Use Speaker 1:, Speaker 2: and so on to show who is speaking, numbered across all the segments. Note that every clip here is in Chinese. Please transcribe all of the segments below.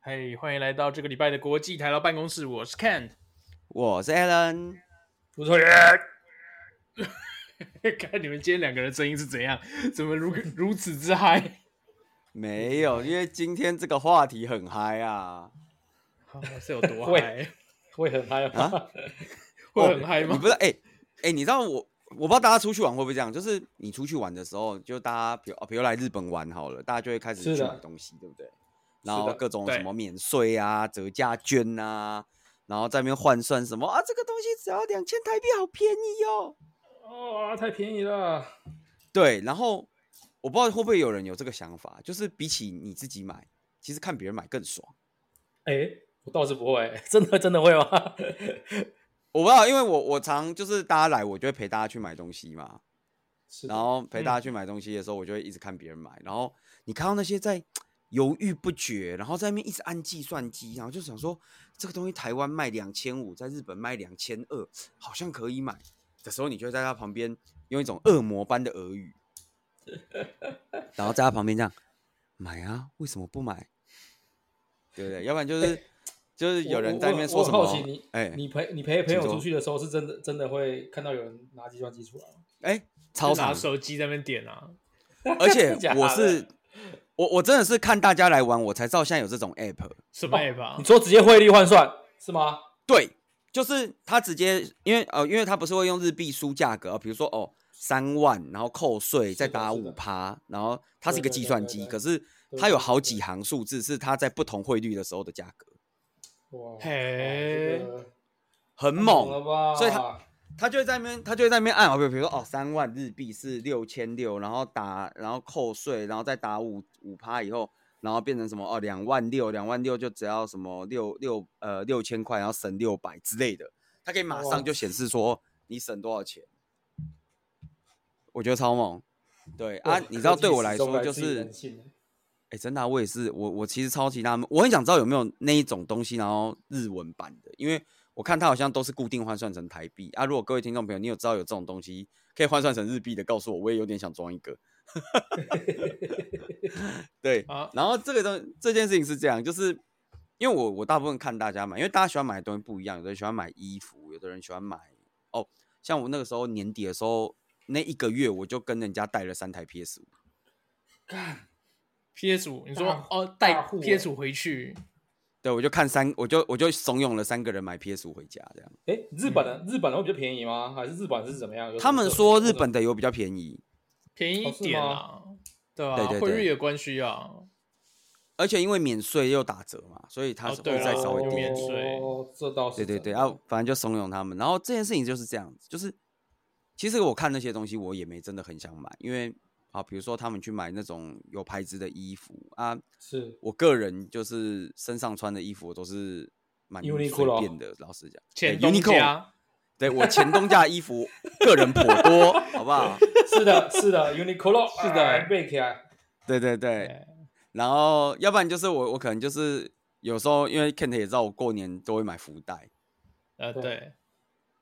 Speaker 1: 嘿欢迎来到这个礼拜的国际台劳办公室，我是 Ken，
Speaker 2: 我是 Alan，
Speaker 1: 不错耶。看你们今天两个人声音是怎样，怎么 如如此之嗨？
Speaker 2: 没有，因为今天这个话题很嗨 啊！
Speaker 1: 啊是有 多
Speaker 3: 会
Speaker 1: 嗨？哦
Speaker 3: 会很嗨吗？
Speaker 2: 啊
Speaker 1: 会很嗨
Speaker 2: 你
Speaker 1: 吗
Speaker 2: 不？是哎哎、你知道我我不知道大家出去玩会不会这样，就是你出去玩的时候，就大家比如比如来日本玩好了，大家就会开始
Speaker 3: 是
Speaker 2: 去
Speaker 3: 的
Speaker 2: 买东西，对不对？然后各种
Speaker 1: 对
Speaker 2: 什么免税啊、折价券啊，然后在那边换算什么啊，这个东西只要两千台币，好便宜哦。
Speaker 3: 哦，太便宜了。
Speaker 2: 对，然后我不知道会不会有人有这个想法，就是比起你自己买，其实看别人买更爽。
Speaker 3: 哎、我倒是不会， 真的真的会 吗？
Speaker 2: 我不知道，因为我我常就是大家来，我就会陪大家去买东西嘛。
Speaker 3: 是的嗯
Speaker 2: 然后陪大家去买东西的时候，我就会一直看别人买。然后你看到那些在犹豫不决，然后在那边一直按计算机，然后就想说这个东西台湾卖两千五，在日本卖两千二，好像可以买的时候，你就会在他旁边用一种恶魔般的俄 语，然后在他旁边这样买啊，为什么不买？对不对？要不然就是就是有人在那边说什
Speaker 3: 哎我
Speaker 2: 么
Speaker 3: 我我好奇你，
Speaker 2: 哎
Speaker 3: 你陪你陪朋友
Speaker 2: 请说
Speaker 3: 出去的时候，是真的真的会看到有人拿计算机出来吗？
Speaker 2: 哎，超
Speaker 1: 拿
Speaker 2: 长
Speaker 1: 手机在那边点啊，
Speaker 2: 而且
Speaker 3: 真假的
Speaker 2: 我是我我真的是看大家来玩，我才知道现在有这种 app。
Speaker 1: 什么 app 啊
Speaker 2: 哦
Speaker 3: 你？说直接汇率换算是吗？
Speaker 2: 对，就是他直接因为呃，因为他不是会用日币输价格，比如说哦三万，然后扣税再
Speaker 3: 是的
Speaker 2: 打
Speaker 3: 是
Speaker 2: 五
Speaker 3: 的
Speaker 2: 趴，然后它是一个
Speaker 3: 对对
Speaker 2: 计
Speaker 3: 对
Speaker 2: 算
Speaker 3: 对
Speaker 2: 机，
Speaker 3: 对
Speaker 2: 可是
Speaker 3: 对
Speaker 2: 它有
Speaker 3: 对
Speaker 2: 好
Speaker 3: 对
Speaker 2: 几行数字是它在不同汇率的时候的价格，
Speaker 3: 哇，
Speaker 1: 嘿
Speaker 3: 这个
Speaker 2: 很
Speaker 3: 太
Speaker 2: 猛。
Speaker 3: 了吧？
Speaker 2: 所以他啊他就会在那边，他就会在那边按，比如比如说哦三万日币是六千六，然后打然后扣税，然后再打五五趴以后。然后变成什么哦，两万六，两万六就只要什么六六呃六千块，然后省六百之类的，它可以马
Speaker 3: 哇
Speaker 2: 上就显示说哦你省多少钱。我觉得超猛，对啊
Speaker 3: 哇，
Speaker 2: 你知道
Speaker 3: 科技
Speaker 2: 对我来
Speaker 3: 始终
Speaker 2: 说就
Speaker 3: 自于
Speaker 2: 是
Speaker 3: 人，性欸
Speaker 2: 哎、真的啊、我也是，我我其实超级纳闷，我很想知道有没有那一种东西，然后日文版的，因为我看它好像都是固定换算成台币啊。如果各位听众朋友，你有知道有这种东西可以换算成日币的，告诉我，我也有点想装一个。 对，
Speaker 1: 啊，
Speaker 2: 然后这个东这件事情是这样，就是因为我我大部分看大家买，因为大家喜欢买的东西不一样，有的人喜欢买衣服，有的人喜欢买哦，像我那个时候年底的时候，那一个月我就跟人家带了三台 PS 五，
Speaker 1: PS 五，你说
Speaker 3: 大
Speaker 1: 哦带
Speaker 3: 大户欸
Speaker 1: PS 五回去，
Speaker 2: 对我就看三，我就我就怂恿了三个人买 PS 五回家这样。
Speaker 3: 哎、日本的、日本的会比较便宜吗？还是日本是怎么样？
Speaker 2: 嗯
Speaker 3: 有
Speaker 2: 他们
Speaker 3: 什么
Speaker 2: 说
Speaker 3: 特
Speaker 2: 日本的有比较便宜，
Speaker 1: 便宜一
Speaker 3: 哦是
Speaker 1: 点
Speaker 3: 吗
Speaker 1: 啊，对吧
Speaker 2: 对对？对
Speaker 1: 汇率也关系啊，
Speaker 2: 而且因为免税又打折嘛，所以它
Speaker 1: 哦
Speaker 2: 是
Speaker 1: 对
Speaker 2: 会
Speaker 1: 啊
Speaker 2: 再稍微
Speaker 1: 有
Speaker 2: 低一
Speaker 1: 免
Speaker 2: 点。
Speaker 1: 税
Speaker 3: 哦，这倒是
Speaker 2: 对对
Speaker 3: 真
Speaker 2: 对，
Speaker 3: 的
Speaker 2: 啊，反正就怂恿他们。然后这件事情就是这样子，就是其实我看那些东西，我也没真的很想买，因为啊，比如说他们去买那种有牌子的衣服啊，
Speaker 3: 是
Speaker 2: 我个人就是身上穿的衣服我都是蛮随
Speaker 3: Uniqlo
Speaker 2: 便的，老实讲，
Speaker 1: 前东
Speaker 2: 对哎 Uniqlo，
Speaker 1: 家
Speaker 2: 对我前东家的衣服个人颇多，好不好？
Speaker 3: 是的，是的，Uniqlo
Speaker 1: 是的
Speaker 3: 哎背起来，
Speaker 2: 对对对，
Speaker 1: 对
Speaker 2: 然后要不然就是我我可能就是有时候因为 Kent 也知道我过年都会买福袋，
Speaker 1: 呃对，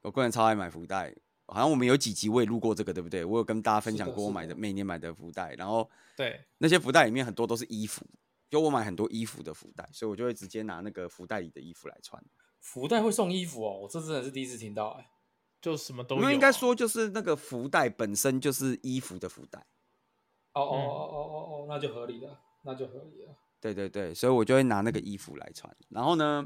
Speaker 2: 我过年超爱买福袋，好像我们有几集我也录过这个，对不对？我有跟大家分
Speaker 3: 是
Speaker 2: 享
Speaker 3: 的
Speaker 2: 过我
Speaker 3: 是
Speaker 2: 买的
Speaker 3: 的
Speaker 2: 每年买的福袋，然后
Speaker 1: 对，
Speaker 2: 那些福袋里面很多都是衣服，就我买很多衣服的福袋，所以我就会直接拿那个福袋里的衣服来穿。
Speaker 3: 福袋会送衣服哦，我这真的是第一次听到哎、
Speaker 1: 就什么都
Speaker 2: 因
Speaker 1: 有啊。
Speaker 2: 为应该说就是那个福袋本身就是衣服的福袋，
Speaker 3: 哦哦
Speaker 2: 嗯
Speaker 3: 哦哦哦哦，那就合理了，那就合理了。
Speaker 2: 对对对，所以我就会拿那个衣服来穿。然后呢，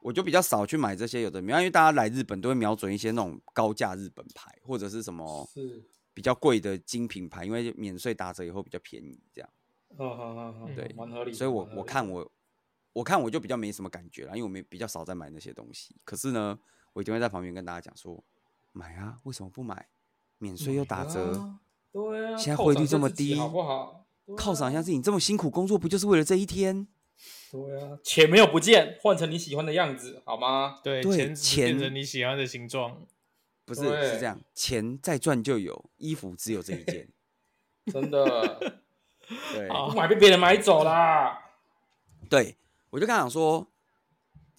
Speaker 2: 我就比较少去买这些有的没有，因为大家来日本都会瞄准一些那种高价日本牌或者是什么
Speaker 3: 是，
Speaker 2: 比较贵的精品牌，因为免税打折以后比较便宜这样。
Speaker 3: 嗯嗯嗯嗯，
Speaker 2: 对
Speaker 3: 蛮合理的。
Speaker 2: 所以我
Speaker 3: 蛮合理
Speaker 2: 我
Speaker 3: 的
Speaker 2: 看我我看我就比较没什么感觉啦，因为我没比较少在买那些东西。可是呢，我一定会在旁边跟大家讲说，买啊，为什么不买？免税又打折，
Speaker 3: 对啊对啊，
Speaker 2: 现在
Speaker 3: 犒
Speaker 2: 汇
Speaker 3: 赏
Speaker 2: 率
Speaker 3: 一
Speaker 2: 这
Speaker 3: 下
Speaker 2: 么
Speaker 3: 自
Speaker 2: 低
Speaker 3: 己好不好？对啊
Speaker 2: 犒赏一下自己，你这么辛苦工作不就是为了这一天？
Speaker 3: 对啊，钱没有不见，换成你喜欢的样子，好吗？
Speaker 1: 对
Speaker 2: 对
Speaker 1: 钱只是变
Speaker 2: 钱
Speaker 1: 成你喜欢的形状，
Speaker 2: 不是是
Speaker 3: 对
Speaker 2: 这样，钱再赚就有，衣服只有这一 件。
Speaker 3: 真的，
Speaker 2: 对
Speaker 1: 好
Speaker 3: 不买被别人买走啦。
Speaker 2: 对，我就刚想说，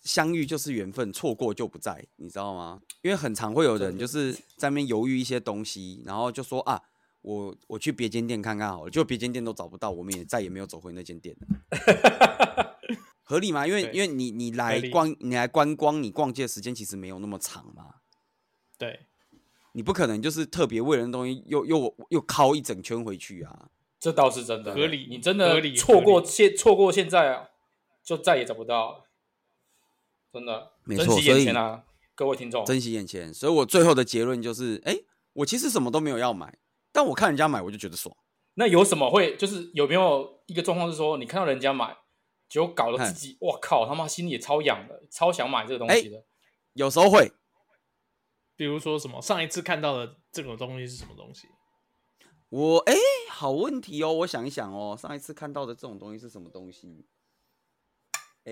Speaker 2: 相遇就是缘分，错过就不在，你知道吗？因为很常会有人
Speaker 3: 真的
Speaker 2: 就是在那边犹豫一些东西，然后就说啊，我我去别 间店看看好了，就别间店都找不到，我们也再也没有走回那间店了。合理吗？因为
Speaker 1: 对
Speaker 2: 因为你你来
Speaker 1: 理
Speaker 2: 逛你来观光，你逛街的时间其实没有那么长嘛，
Speaker 1: 对，
Speaker 2: 你不可能就是特别为了那东西又又又敲一整圈回去啊。
Speaker 3: 这倒是真的，
Speaker 1: 合理
Speaker 3: 你真
Speaker 1: 合
Speaker 3: 的
Speaker 1: 理
Speaker 3: 错
Speaker 1: 合
Speaker 3: 过
Speaker 1: 理
Speaker 3: 现错过现在啊，就再也找不到了，真的，
Speaker 2: 没
Speaker 3: 珍
Speaker 2: 错
Speaker 3: 惜
Speaker 2: 所
Speaker 3: 眼
Speaker 2: 以
Speaker 3: 前啊，各位听众，
Speaker 2: 珍惜眼前。所以我最后的结论就是，哎、我其实什么都没有要买，但我看人家买，我就觉得爽。
Speaker 3: 那有什么会就是有没有一个状况是说，你看到人家买，结果搞
Speaker 2: 嗯
Speaker 3: 得自己，我靠，他妈心里也超痒的，超想买这个东西
Speaker 2: 哎
Speaker 3: 的。
Speaker 2: 有时候会，
Speaker 1: 比如说什么上一次看到的这种东西是什么东西？
Speaker 2: 我哎、好问题哦，我想一想哦，上一次看到的这种东西是什么东西？哎、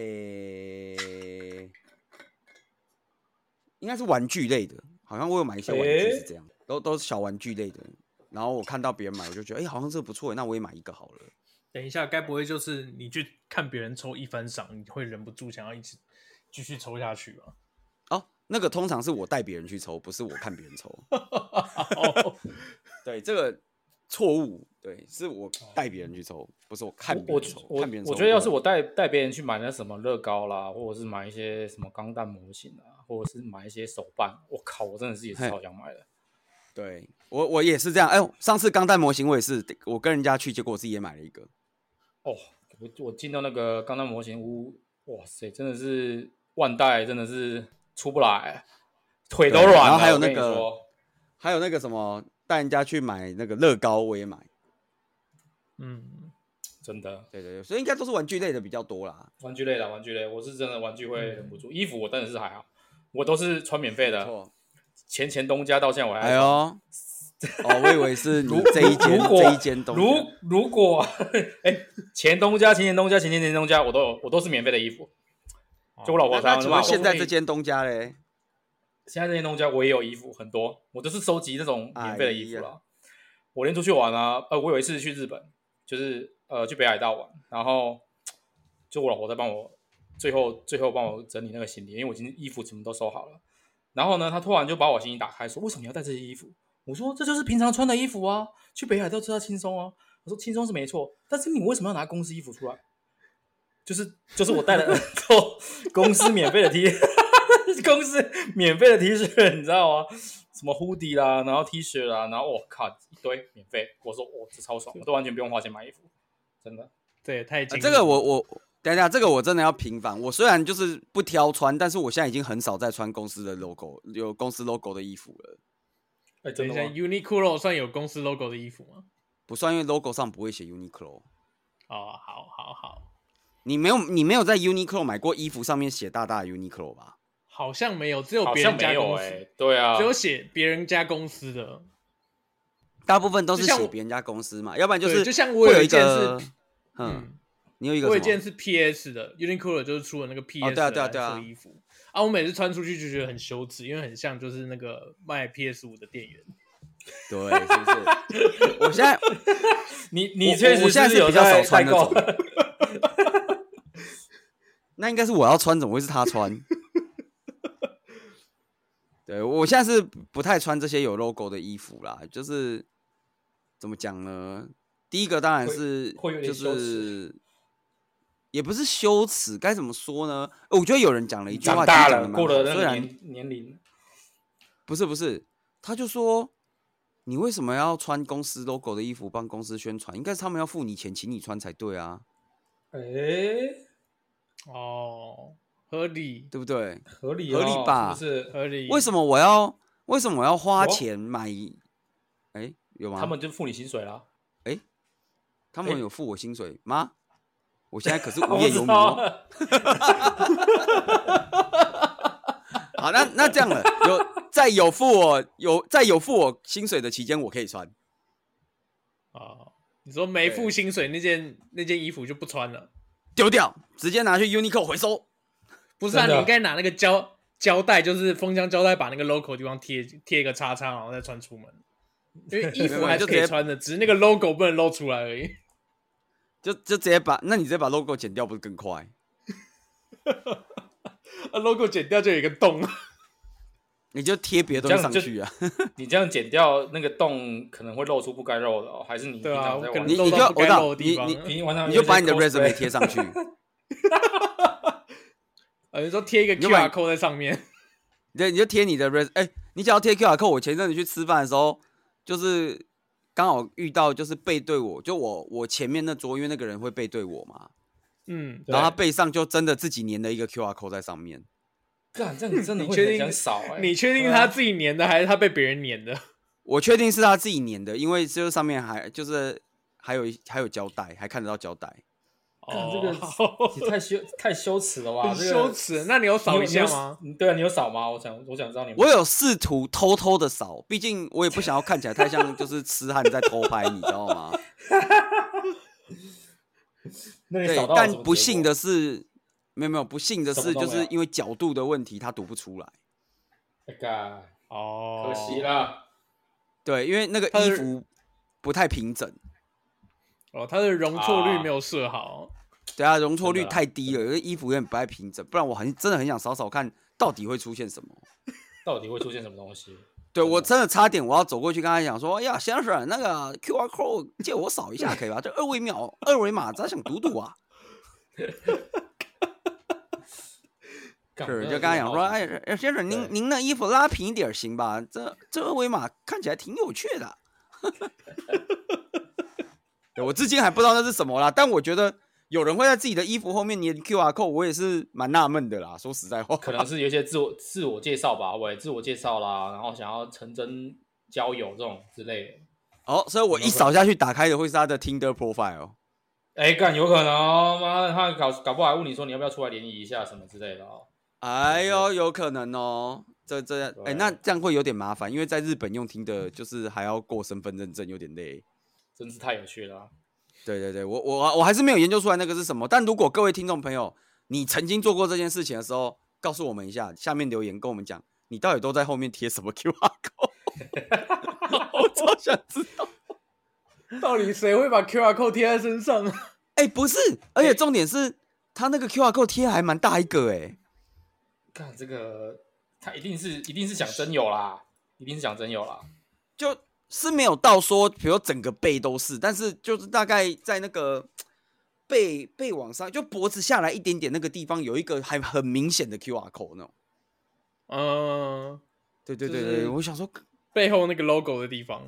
Speaker 2: 应该是玩具类的，好像我有买一些玩具是
Speaker 3: 诶
Speaker 2: 这样，都都是小玩具类的。然后我看到别人买，我就觉得，哎、好像这个不错，那我也买一个好了。
Speaker 1: 等一下，该不会就是你去看别人抽一番赏，你会忍不住想要一直继续抽下去吧？
Speaker 2: 哦，那个通常是我带别人去抽，不是我看别人 抽。
Speaker 1: 哦，
Speaker 2: 对，这个错误，对，是我带别人去抽，不是我看别
Speaker 3: 哦我
Speaker 2: 人抽。
Speaker 3: 我
Speaker 2: 看别人抽
Speaker 3: 我觉得要是我带带别人去买那什么乐高啦，或者是买一些什么钢弹模型啊，或者是买一些手办，我靠，我真的是也是
Speaker 2: 嘿
Speaker 3: 超想买的。
Speaker 2: 对我我也是这样。哎、呦，上次钢弹模型我也是，我跟人家去，结果我自己也买了一个。
Speaker 3: 哦，我我进到那个钢弹模型屋，哇塞，真的是万代真的是出不来，腿都
Speaker 2: 对
Speaker 3: 软了。
Speaker 2: 然后还有
Speaker 3: 我
Speaker 2: 那
Speaker 3: 跟你
Speaker 2: 个
Speaker 3: 说
Speaker 2: 还有那个什么，带人家去买那个乐高，我也买。
Speaker 1: 嗯，
Speaker 3: 真的
Speaker 2: 对对对，所以应该都是玩具类的比较多啦。
Speaker 3: 玩具类的玩具类，我是真的玩具会忍不住。衣服我真的是还好，我都是穿免费
Speaker 2: 嗯没
Speaker 3: 的，
Speaker 2: 错。
Speaker 3: 前前东家到现在我还
Speaker 2: 哎
Speaker 3: 在
Speaker 2: 呦，
Speaker 3: 穿。
Speaker 2: 哦，我以为是你
Speaker 3: 如
Speaker 2: 这一间
Speaker 3: 如果
Speaker 2: 这一间东西。
Speaker 3: 如如果 哎、前东家前前东家前前前东家我都有，我都是免费的衣服。就我老
Speaker 2: 那
Speaker 3: 婆
Speaker 2: 那
Speaker 3: 常常
Speaker 2: 请
Speaker 3: 骂
Speaker 2: 问
Speaker 3: 我，
Speaker 2: 现在这间东家嘞？
Speaker 3: 现在这些东家我也有衣服很多，我就是收集那种免费的衣服
Speaker 2: 哎
Speaker 3: 了。我连出去玩啊，呃，我有一次去日本，就是呃去北海道玩，然后就我老婆在帮我，最后最后帮我整理那个行李，因为我今天衣服什么都收好了。然后呢，她突然就把我行李打开，说：“为什么你要带这些衣服？”我说：“这就是平常穿的衣服啊，去北海道就是要轻松啊。”我说：“轻松是没错，但是你为什么要拿公司衣服出来？”就是就是我带了做 公司免费的 T，公 司免费的 T 恤，你知道吗？什么 hoodie 啦，然后 T 恤啦，然后我哦靠一堆免费，我说我、哦、这超爽，我都完全不用花钱买衣服，真的。
Speaker 1: 这也太
Speaker 2: 呃
Speaker 1: 精、
Speaker 2: 这个我我等一下，这个我真的要平反。我虽然就是不挑穿，但是我现在已经很少再穿公司的 logo 有公司 logo 的衣服了，
Speaker 3: 哎，
Speaker 1: 等
Speaker 3: 真
Speaker 1: 一
Speaker 3: 的
Speaker 1: 下
Speaker 3: 吗？
Speaker 1: ，Uniqlo 算有公司 logo 的衣服吗？
Speaker 2: 不算因为 logo 上不会写 Uniqlo。
Speaker 1: 哦，好好好，
Speaker 2: 你没有你没有在 Uniqlo 买过衣服上面写大大的 Uniqlo 吧？
Speaker 1: 好像没有，只有
Speaker 3: 好
Speaker 1: 别
Speaker 3: 像
Speaker 1: 人家
Speaker 3: 没有
Speaker 1: 公
Speaker 2: 欸
Speaker 1: 司，
Speaker 3: 哎、对啊
Speaker 1: 只，有写别人家公司的。嗯
Speaker 2: 大部分都是
Speaker 1: 就像我
Speaker 2: 写别人家公司嘛，要不然就
Speaker 1: 对
Speaker 2: 是
Speaker 1: 就像我
Speaker 2: 会
Speaker 1: 有
Speaker 2: 一
Speaker 1: 一件
Speaker 2: 个
Speaker 1: 是，
Speaker 2: 嗯，
Speaker 1: 嗯，
Speaker 2: 你有一个
Speaker 1: 我有一
Speaker 2: 什么
Speaker 1: 件是 PS 的，Uniqlo 就是出了那个 PS
Speaker 2: 对
Speaker 1: 的
Speaker 2: 啊对啊
Speaker 1: 蓝
Speaker 2: 对啊
Speaker 1: 色衣服啊，我每次穿出去就觉得很羞耻，因为很像就是那个卖 PS 五的店员。
Speaker 2: 对，是不是？ 我现在
Speaker 3: 你
Speaker 2: 我
Speaker 3: 你确
Speaker 2: 我
Speaker 3: 实
Speaker 2: 我现在
Speaker 3: 是有
Speaker 2: 比较
Speaker 3: 在
Speaker 2: 少
Speaker 3: 代
Speaker 2: 穿那
Speaker 3: 购
Speaker 2: 种，。 那应该是我要穿，怎么会是他穿？ 对我现在是不太穿这些有 logo 的衣服啦，就是怎么讲呢？第一个当然
Speaker 3: 会
Speaker 2: 是
Speaker 3: 会有点
Speaker 2: 就
Speaker 3: 羞耻
Speaker 2: 是也不是羞耻，该怎么说呢？呃我觉得有人讲了一句话，
Speaker 3: 长
Speaker 2: 其实
Speaker 3: 大
Speaker 2: 讲得
Speaker 3: 了，
Speaker 2: 蛮
Speaker 3: 过
Speaker 2: 好
Speaker 3: 了那
Speaker 2: 虽
Speaker 3: 个
Speaker 2: 然
Speaker 3: 年年龄，
Speaker 2: 不是不是，他就说你为什么要穿公司 logo 的衣服帮公司宣传？应该是他们要付你钱请你穿才对啊，
Speaker 3: 哎、
Speaker 1: 哦，合理
Speaker 2: 对不对？
Speaker 3: 合理、哦、
Speaker 2: 合理吧
Speaker 3: 是不是？
Speaker 1: 合理，
Speaker 2: 为什么我要为什么我要花
Speaker 3: 哦
Speaker 2: 钱买？哎、有吗？
Speaker 3: 他们就付你薪水啦。
Speaker 2: 他
Speaker 3: 哎
Speaker 2: 们有付我薪水吗？我现在可是
Speaker 3: 我
Speaker 2: 无业
Speaker 3: 知
Speaker 2: 游民
Speaker 3: 道
Speaker 2: 哦。
Speaker 3: 啊，
Speaker 2: 好，那那这样了，有在有付我有在有付我薪水的期间，我可以穿。
Speaker 1: 哦，你说没付
Speaker 2: 对
Speaker 1: 薪水那件那件衣服就不穿了？
Speaker 2: 丢掉，直接拿去 Uniqlo 回收。
Speaker 1: 不是啊，
Speaker 3: 真的
Speaker 1: 你应该拿那个胶胶带，就是封箱胶带，把那个 logo 地方贴贴一个叉叉，然后再穿出门。因为衣
Speaker 2: 没
Speaker 1: 服
Speaker 2: 有
Speaker 1: 还是
Speaker 2: 就
Speaker 1: 可
Speaker 2: 直
Speaker 1: 以
Speaker 2: 接
Speaker 1: 穿的，只是那个 logo 不能露出来而已。
Speaker 2: 就就直接把，那你直接把 logo 剪掉，不是更快？
Speaker 1: 啊，logo 剪掉就有一个洞。
Speaker 2: 你就贴别的东西
Speaker 3: 这
Speaker 2: 上
Speaker 3: 样就
Speaker 2: 去啊！
Speaker 3: 你这样剪掉那个洞，可能会露出不该露的哦，还是你
Speaker 1: 对啊
Speaker 3: 平常在
Speaker 1: 可
Speaker 3: 玩
Speaker 1: 能
Speaker 2: 你
Speaker 1: 露
Speaker 2: 你就
Speaker 1: 到不
Speaker 2: 我
Speaker 1: 该
Speaker 2: 知道
Speaker 1: 露的地
Speaker 2: 你
Speaker 1: 方
Speaker 2: 你
Speaker 3: 平常晚上
Speaker 2: 你就把你的
Speaker 3: cosplay
Speaker 2: resume 贴上去，
Speaker 1: 呃，你说贴一个
Speaker 2: 你就把
Speaker 1: QR code 在上面，
Speaker 2: 对，你就贴你的 res，哎、你只要贴 QR code。我前阵子去吃饭的时候，就是刚好遇到，就是背对我，就我我前面那桌，因为那个人会背对我嘛，
Speaker 1: 嗯，
Speaker 2: 然后他
Speaker 3: 对
Speaker 2: 背上就真的自己粘了一个 QR code 在上面。
Speaker 3: 干，这样你真的
Speaker 1: 你
Speaker 3: 会
Speaker 1: 确
Speaker 3: 很
Speaker 1: 定
Speaker 3: 想少哎、
Speaker 1: 你确定
Speaker 3: 对
Speaker 1: 是
Speaker 3: 啊
Speaker 1: 他自己粘的还是他被别人 粘的？
Speaker 2: 我确定是他自己粘的，因为就是上面还就是还有一还有胶带，还看得到胶带。
Speaker 3: 干这
Speaker 1: 哦
Speaker 3: 个你太羞太羞耻了吧？
Speaker 1: 很
Speaker 3: 这个
Speaker 1: 羞耻。那你有扫一下 吗？？
Speaker 3: 你有你有对啊，你有扫吗？我想我想知道你有没
Speaker 2: 我有试图偷偷的扫，毕竟我也不想要看起来太像就是痴汉在偷拍，你知道吗？
Speaker 3: 那你
Speaker 2: 对
Speaker 3: 扫到，
Speaker 2: 但不幸的是，没有没有，不幸的
Speaker 3: 什么
Speaker 2: 是
Speaker 3: 都
Speaker 2: 就
Speaker 3: 没
Speaker 2: 是
Speaker 3: 有
Speaker 2: 因为角度的问题，他读不出来。
Speaker 3: 哎干，
Speaker 1: 哦，
Speaker 3: 可惜。啦。
Speaker 2: 对，因为那个
Speaker 1: 它
Speaker 2: 衣
Speaker 1: 是
Speaker 2: 服不太平整，
Speaker 1: 哦，它的容错率
Speaker 3: 啊
Speaker 1: 没有设好。
Speaker 2: 对啊，容错
Speaker 3: 真的
Speaker 2: 率
Speaker 3: 啦
Speaker 2: 太低了，因为衣服有点不太平整，不然我很真的很想扫扫看到底会出现什么。
Speaker 3: 到底会出现什么东西？
Speaker 2: 对
Speaker 3: 真的啊
Speaker 2: 我真的差点，我要走过去跟他讲说：“哎呀，先生，那个 QR code 借我扫一下可以吧？这二维秒二维码，咱想读读啊。
Speaker 3: 干”
Speaker 2: 是，就跟他讲说：“哎，，哎先生，您
Speaker 3: 对
Speaker 2: 您的衣服拉平一点行吧？这这二维码看起来挺有趣的。 对”我至今还不知道那是什么啦，但我觉得有人会在自己的衣服后面粘 QR code，我也是蛮纳闷的啦。说实在话，
Speaker 3: 可能是有一些自我自我介绍吧，喂，自我介绍啦，然后想要成真交友这种之类的。
Speaker 2: 哦，所以我一扫下去打开的会是他的 Tinder profile。
Speaker 3: 哎，干有可能哦，妈的，他搞搞不好还问你说你要不要出来联谊一下什么之类的哦。
Speaker 2: 哎呦，有可能哦。这这样，哎，
Speaker 3: 对
Speaker 2: 那这样会有点麻烦，因为在日本用听的，就是还要过身份认证，有点累。
Speaker 3: 真是太有趣了啊、
Speaker 2: 对对对，我我我还是没有研究出来那个是什么。但如果各位听众朋友，你曾经做过这件事情的时候，告诉我们一下，下面留言跟我们讲，你到底都在后面贴什么 QR code？我 超想知道。
Speaker 1: 到底谁会把 QR code 贴在身上？
Speaker 2: 哎，不是，而且重点是，他那个 QR code 贴还蛮大一个，哎，
Speaker 3: 干这个，他一定是一定是想真有啦，一定是想真有啦。
Speaker 2: 就是没有到说，比如整个背都是，但是就是大概在那个背背往上，就脖子下来一点点那个地方有一个还很明显的 QR code 那种。
Speaker 1: 嗯，
Speaker 2: 对对对
Speaker 1: 就
Speaker 2: 对，
Speaker 1: 是
Speaker 2: 我想说，
Speaker 1: 背后那个 logo 的地方。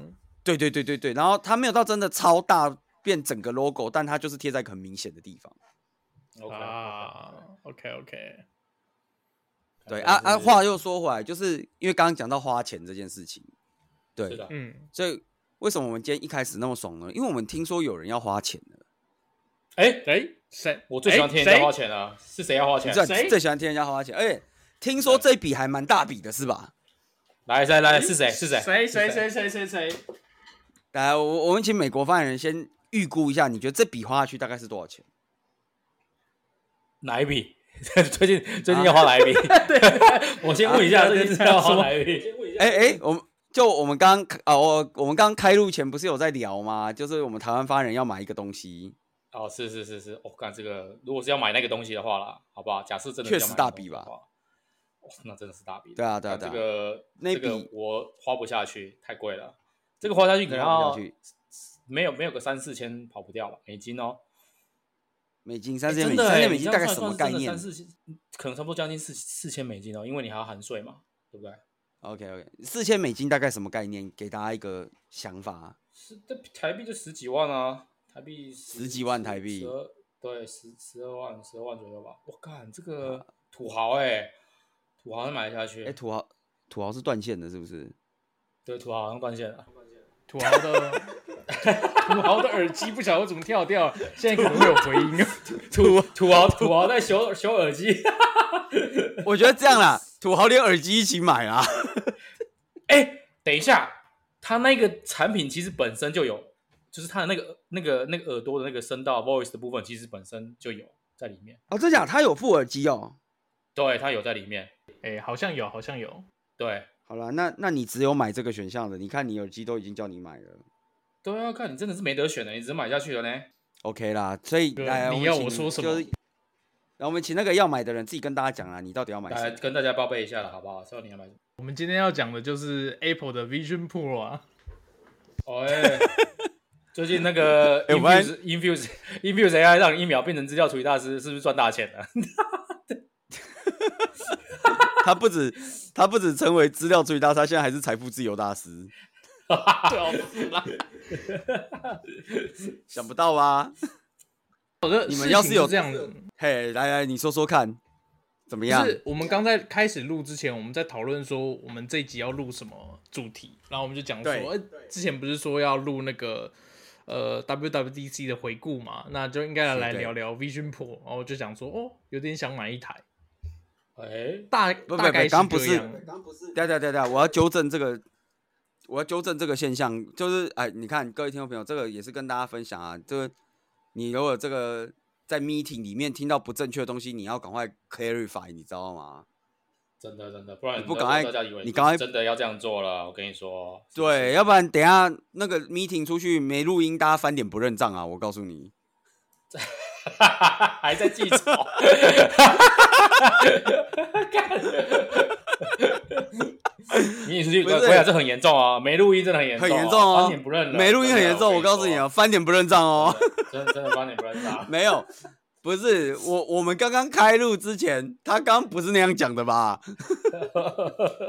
Speaker 2: 对对对对对，然后它没有到真的超大变整个 logo，但它就是贴在一个很明显的地方。
Speaker 3: OK，
Speaker 1: 啊，OK OK，
Speaker 2: 对
Speaker 3: 嗯
Speaker 2: 啊啊，话又说回来，就是因为刚刚讲到花钱这件事情，
Speaker 3: 是
Speaker 2: 对，
Speaker 3: 的，
Speaker 1: 嗯，
Speaker 2: 所以为什么我们今天一开始那么爽呢？因为我们听说有人要花钱了，
Speaker 3: 哎、
Speaker 1: 哎，谁？
Speaker 3: 我最喜欢听人
Speaker 1: 哎
Speaker 3: 家
Speaker 1: 谁
Speaker 3: 花钱了、是谁要花钱？
Speaker 2: 最
Speaker 1: 谁
Speaker 2: 最喜欢听人家花钱，而且听说这笔还蛮大笔的，是吧？
Speaker 3: 来来来，哎是谁？是谁？
Speaker 1: 谁谁
Speaker 3: 是谁？
Speaker 1: 谁谁谁谁？
Speaker 2: 来，我我们请美国发言人先预估一下，你觉得这笔花下去大概是多少钱？
Speaker 3: 哪一笔？ 最近最近要花哪一笔？ 我先问一下，
Speaker 1: 啊
Speaker 3: 最近是要花哪一笔？先问一下
Speaker 2: 哎哎，我们就我们刚啊，我我们刚开录前不是有在聊吗？就是我们台湾发言人要买一个东西，
Speaker 3: 哦，是是是是，我、哦、干这个，如果是要买那个东西的话啦，好不好？假设真的
Speaker 2: 确
Speaker 3: 是要
Speaker 2: 实
Speaker 3: 买
Speaker 2: 大
Speaker 3: 那个
Speaker 2: 笔
Speaker 3: 东西
Speaker 2: 吧
Speaker 3: 的话，哇、那真的是大笔。
Speaker 2: 对啊对啊
Speaker 3: 干
Speaker 2: 对啊
Speaker 3: 这个
Speaker 2: 那
Speaker 3: 这个
Speaker 2: 笔
Speaker 3: 我花不下去，太贵了。这个花下去可能
Speaker 2: 花不下
Speaker 3: 要
Speaker 2: 去
Speaker 3: 没有没有个三四千跑不掉吧，美金哦。
Speaker 2: 美金
Speaker 3: 哎
Speaker 2: 三千美
Speaker 3: 真
Speaker 2: 金，
Speaker 3: 的
Speaker 2: 三
Speaker 3: 哎
Speaker 2: 千美
Speaker 3: 你
Speaker 2: 金
Speaker 3: 这
Speaker 2: 大
Speaker 3: 样
Speaker 2: 概
Speaker 3: 算
Speaker 2: 什么
Speaker 3: 算真
Speaker 2: 概
Speaker 3: 的
Speaker 2: 念
Speaker 3: 三四千，可能差不多将近四四千美金哦，因为你还要含税嘛，对不对？
Speaker 2: ？OK OK，四千美金大概什么概念？给大家一个想法。啊
Speaker 3: 是，这台币就十几万啊，台币
Speaker 2: 十几万台币
Speaker 3: 十二对，十十二万，十二万左右吧。我干，这个土豪哎、土豪能买得下去？
Speaker 2: 啊哎，土豪土豪是断线的，是不是？
Speaker 3: 对，土豪好像断线了。
Speaker 1: 土豪的 土豪的耳机不晓得怎么跳掉了，现在可能会有回 音。哦
Speaker 3: 土土豪土豪在修修耳机，
Speaker 2: 我觉得这样啦，土豪连耳机一起买啊啦。
Speaker 3: 哎、等一下，他那个产品其实本身就有，就是他的那个那个那个耳朵的那个声道 voice 的部分，其实本身就有在里面。
Speaker 2: 哦，真假？他有副耳机哦。
Speaker 3: 对，它有在里面。
Speaker 1: 哎，好像有，好像有。
Speaker 3: 对，
Speaker 2: 好啦，那那你只有买这个选项了。你看，你耳机都已经叫你买了。
Speaker 3: 对啊，看你真的是没得选的，你只能买下去了呢。
Speaker 2: OK 啦，所以
Speaker 3: 啊
Speaker 1: 对
Speaker 2: 来，
Speaker 1: 你
Speaker 2: 们
Speaker 1: 要
Speaker 2: 请
Speaker 1: 我说什么
Speaker 2: 就是，然后我们请那个要买的人自己跟大家讲啦，你到底要买
Speaker 3: 来
Speaker 2: 什么？
Speaker 3: 跟大家报备一下了，好不好？知道你要买什么？
Speaker 1: 我们今天要讲的就是 Apple 的 Vision Pro 啊，
Speaker 3: 哦、哎 最近那个
Speaker 2: 哎我发
Speaker 3: Infuse 啊 Infuse Infuse AI 让疫苗变成资料处理大师，是不是赚大钱了？
Speaker 2: 他不止他不止成为资料最大师，他现在还是财富自由大师。
Speaker 1: 对啊，我不知道
Speaker 2: 想不到吧？
Speaker 1: 我的
Speaker 2: 你们
Speaker 1: 事
Speaker 2: 要
Speaker 1: 情
Speaker 2: 是有
Speaker 1: 这样的，
Speaker 2: 嘿，来来，你说说看，怎么样
Speaker 1: 就？是我们刚在开始录之前，我们在讨论说我们这一集要录什么主题，然后我们就讲说，
Speaker 2: 对
Speaker 1: 呃之前不是说要录那个呃 WWDC 的回顾嘛，那就应该来
Speaker 2: 是
Speaker 1: 来
Speaker 2: 对
Speaker 1: 聊聊 Vision Pro，然后我就想说，哦，有点想买一台，
Speaker 3: 哎，
Speaker 1: 大
Speaker 2: 不
Speaker 1: 大概
Speaker 2: 刚不
Speaker 1: 这
Speaker 2: 是
Speaker 1: 样
Speaker 2: 对啊对对对，我要纠正这个，我要纠正这个现象，就是哎，你看各位听众朋友，这个也是跟大家分享啊，这个你如果这个在 meeting 里面听到不正确的东西，你要赶快 clarify，你知道吗？
Speaker 3: 真的真的，不然
Speaker 2: 你不
Speaker 3: 大
Speaker 2: 赶快
Speaker 3: 大家以为
Speaker 2: 你赶快
Speaker 3: 真的要这样做了，我跟 你说，是不是
Speaker 2: 对，，要不然等一下那个 meeting 出去没录音，大家翻脸不认账啊！我告诉你，
Speaker 3: 还 在记仇，干你也是去，
Speaker 2: 不是
Speaker 3: 我想这很严重啊，没录音真的很严重
Speaker 2: 很
Speaker 3: 啊，
Speaker 2: 严重哦
Speaker 3: 翻脸不认，了，
Speaker 2: 没录音很严
Speaker 3: 真
Speaker 2: 重，
Speaker 3: 的
Speaker 2: 我告诉你
Speaker 3: 啊
Speaker 2: 啊，翻脸不认账哦。，
Speaker 3: 真的，真的真的翻脸不认啊
Speaker 2: 没有，不是我，我们刚刚开录之前，他刚刚不是那样讲的吧？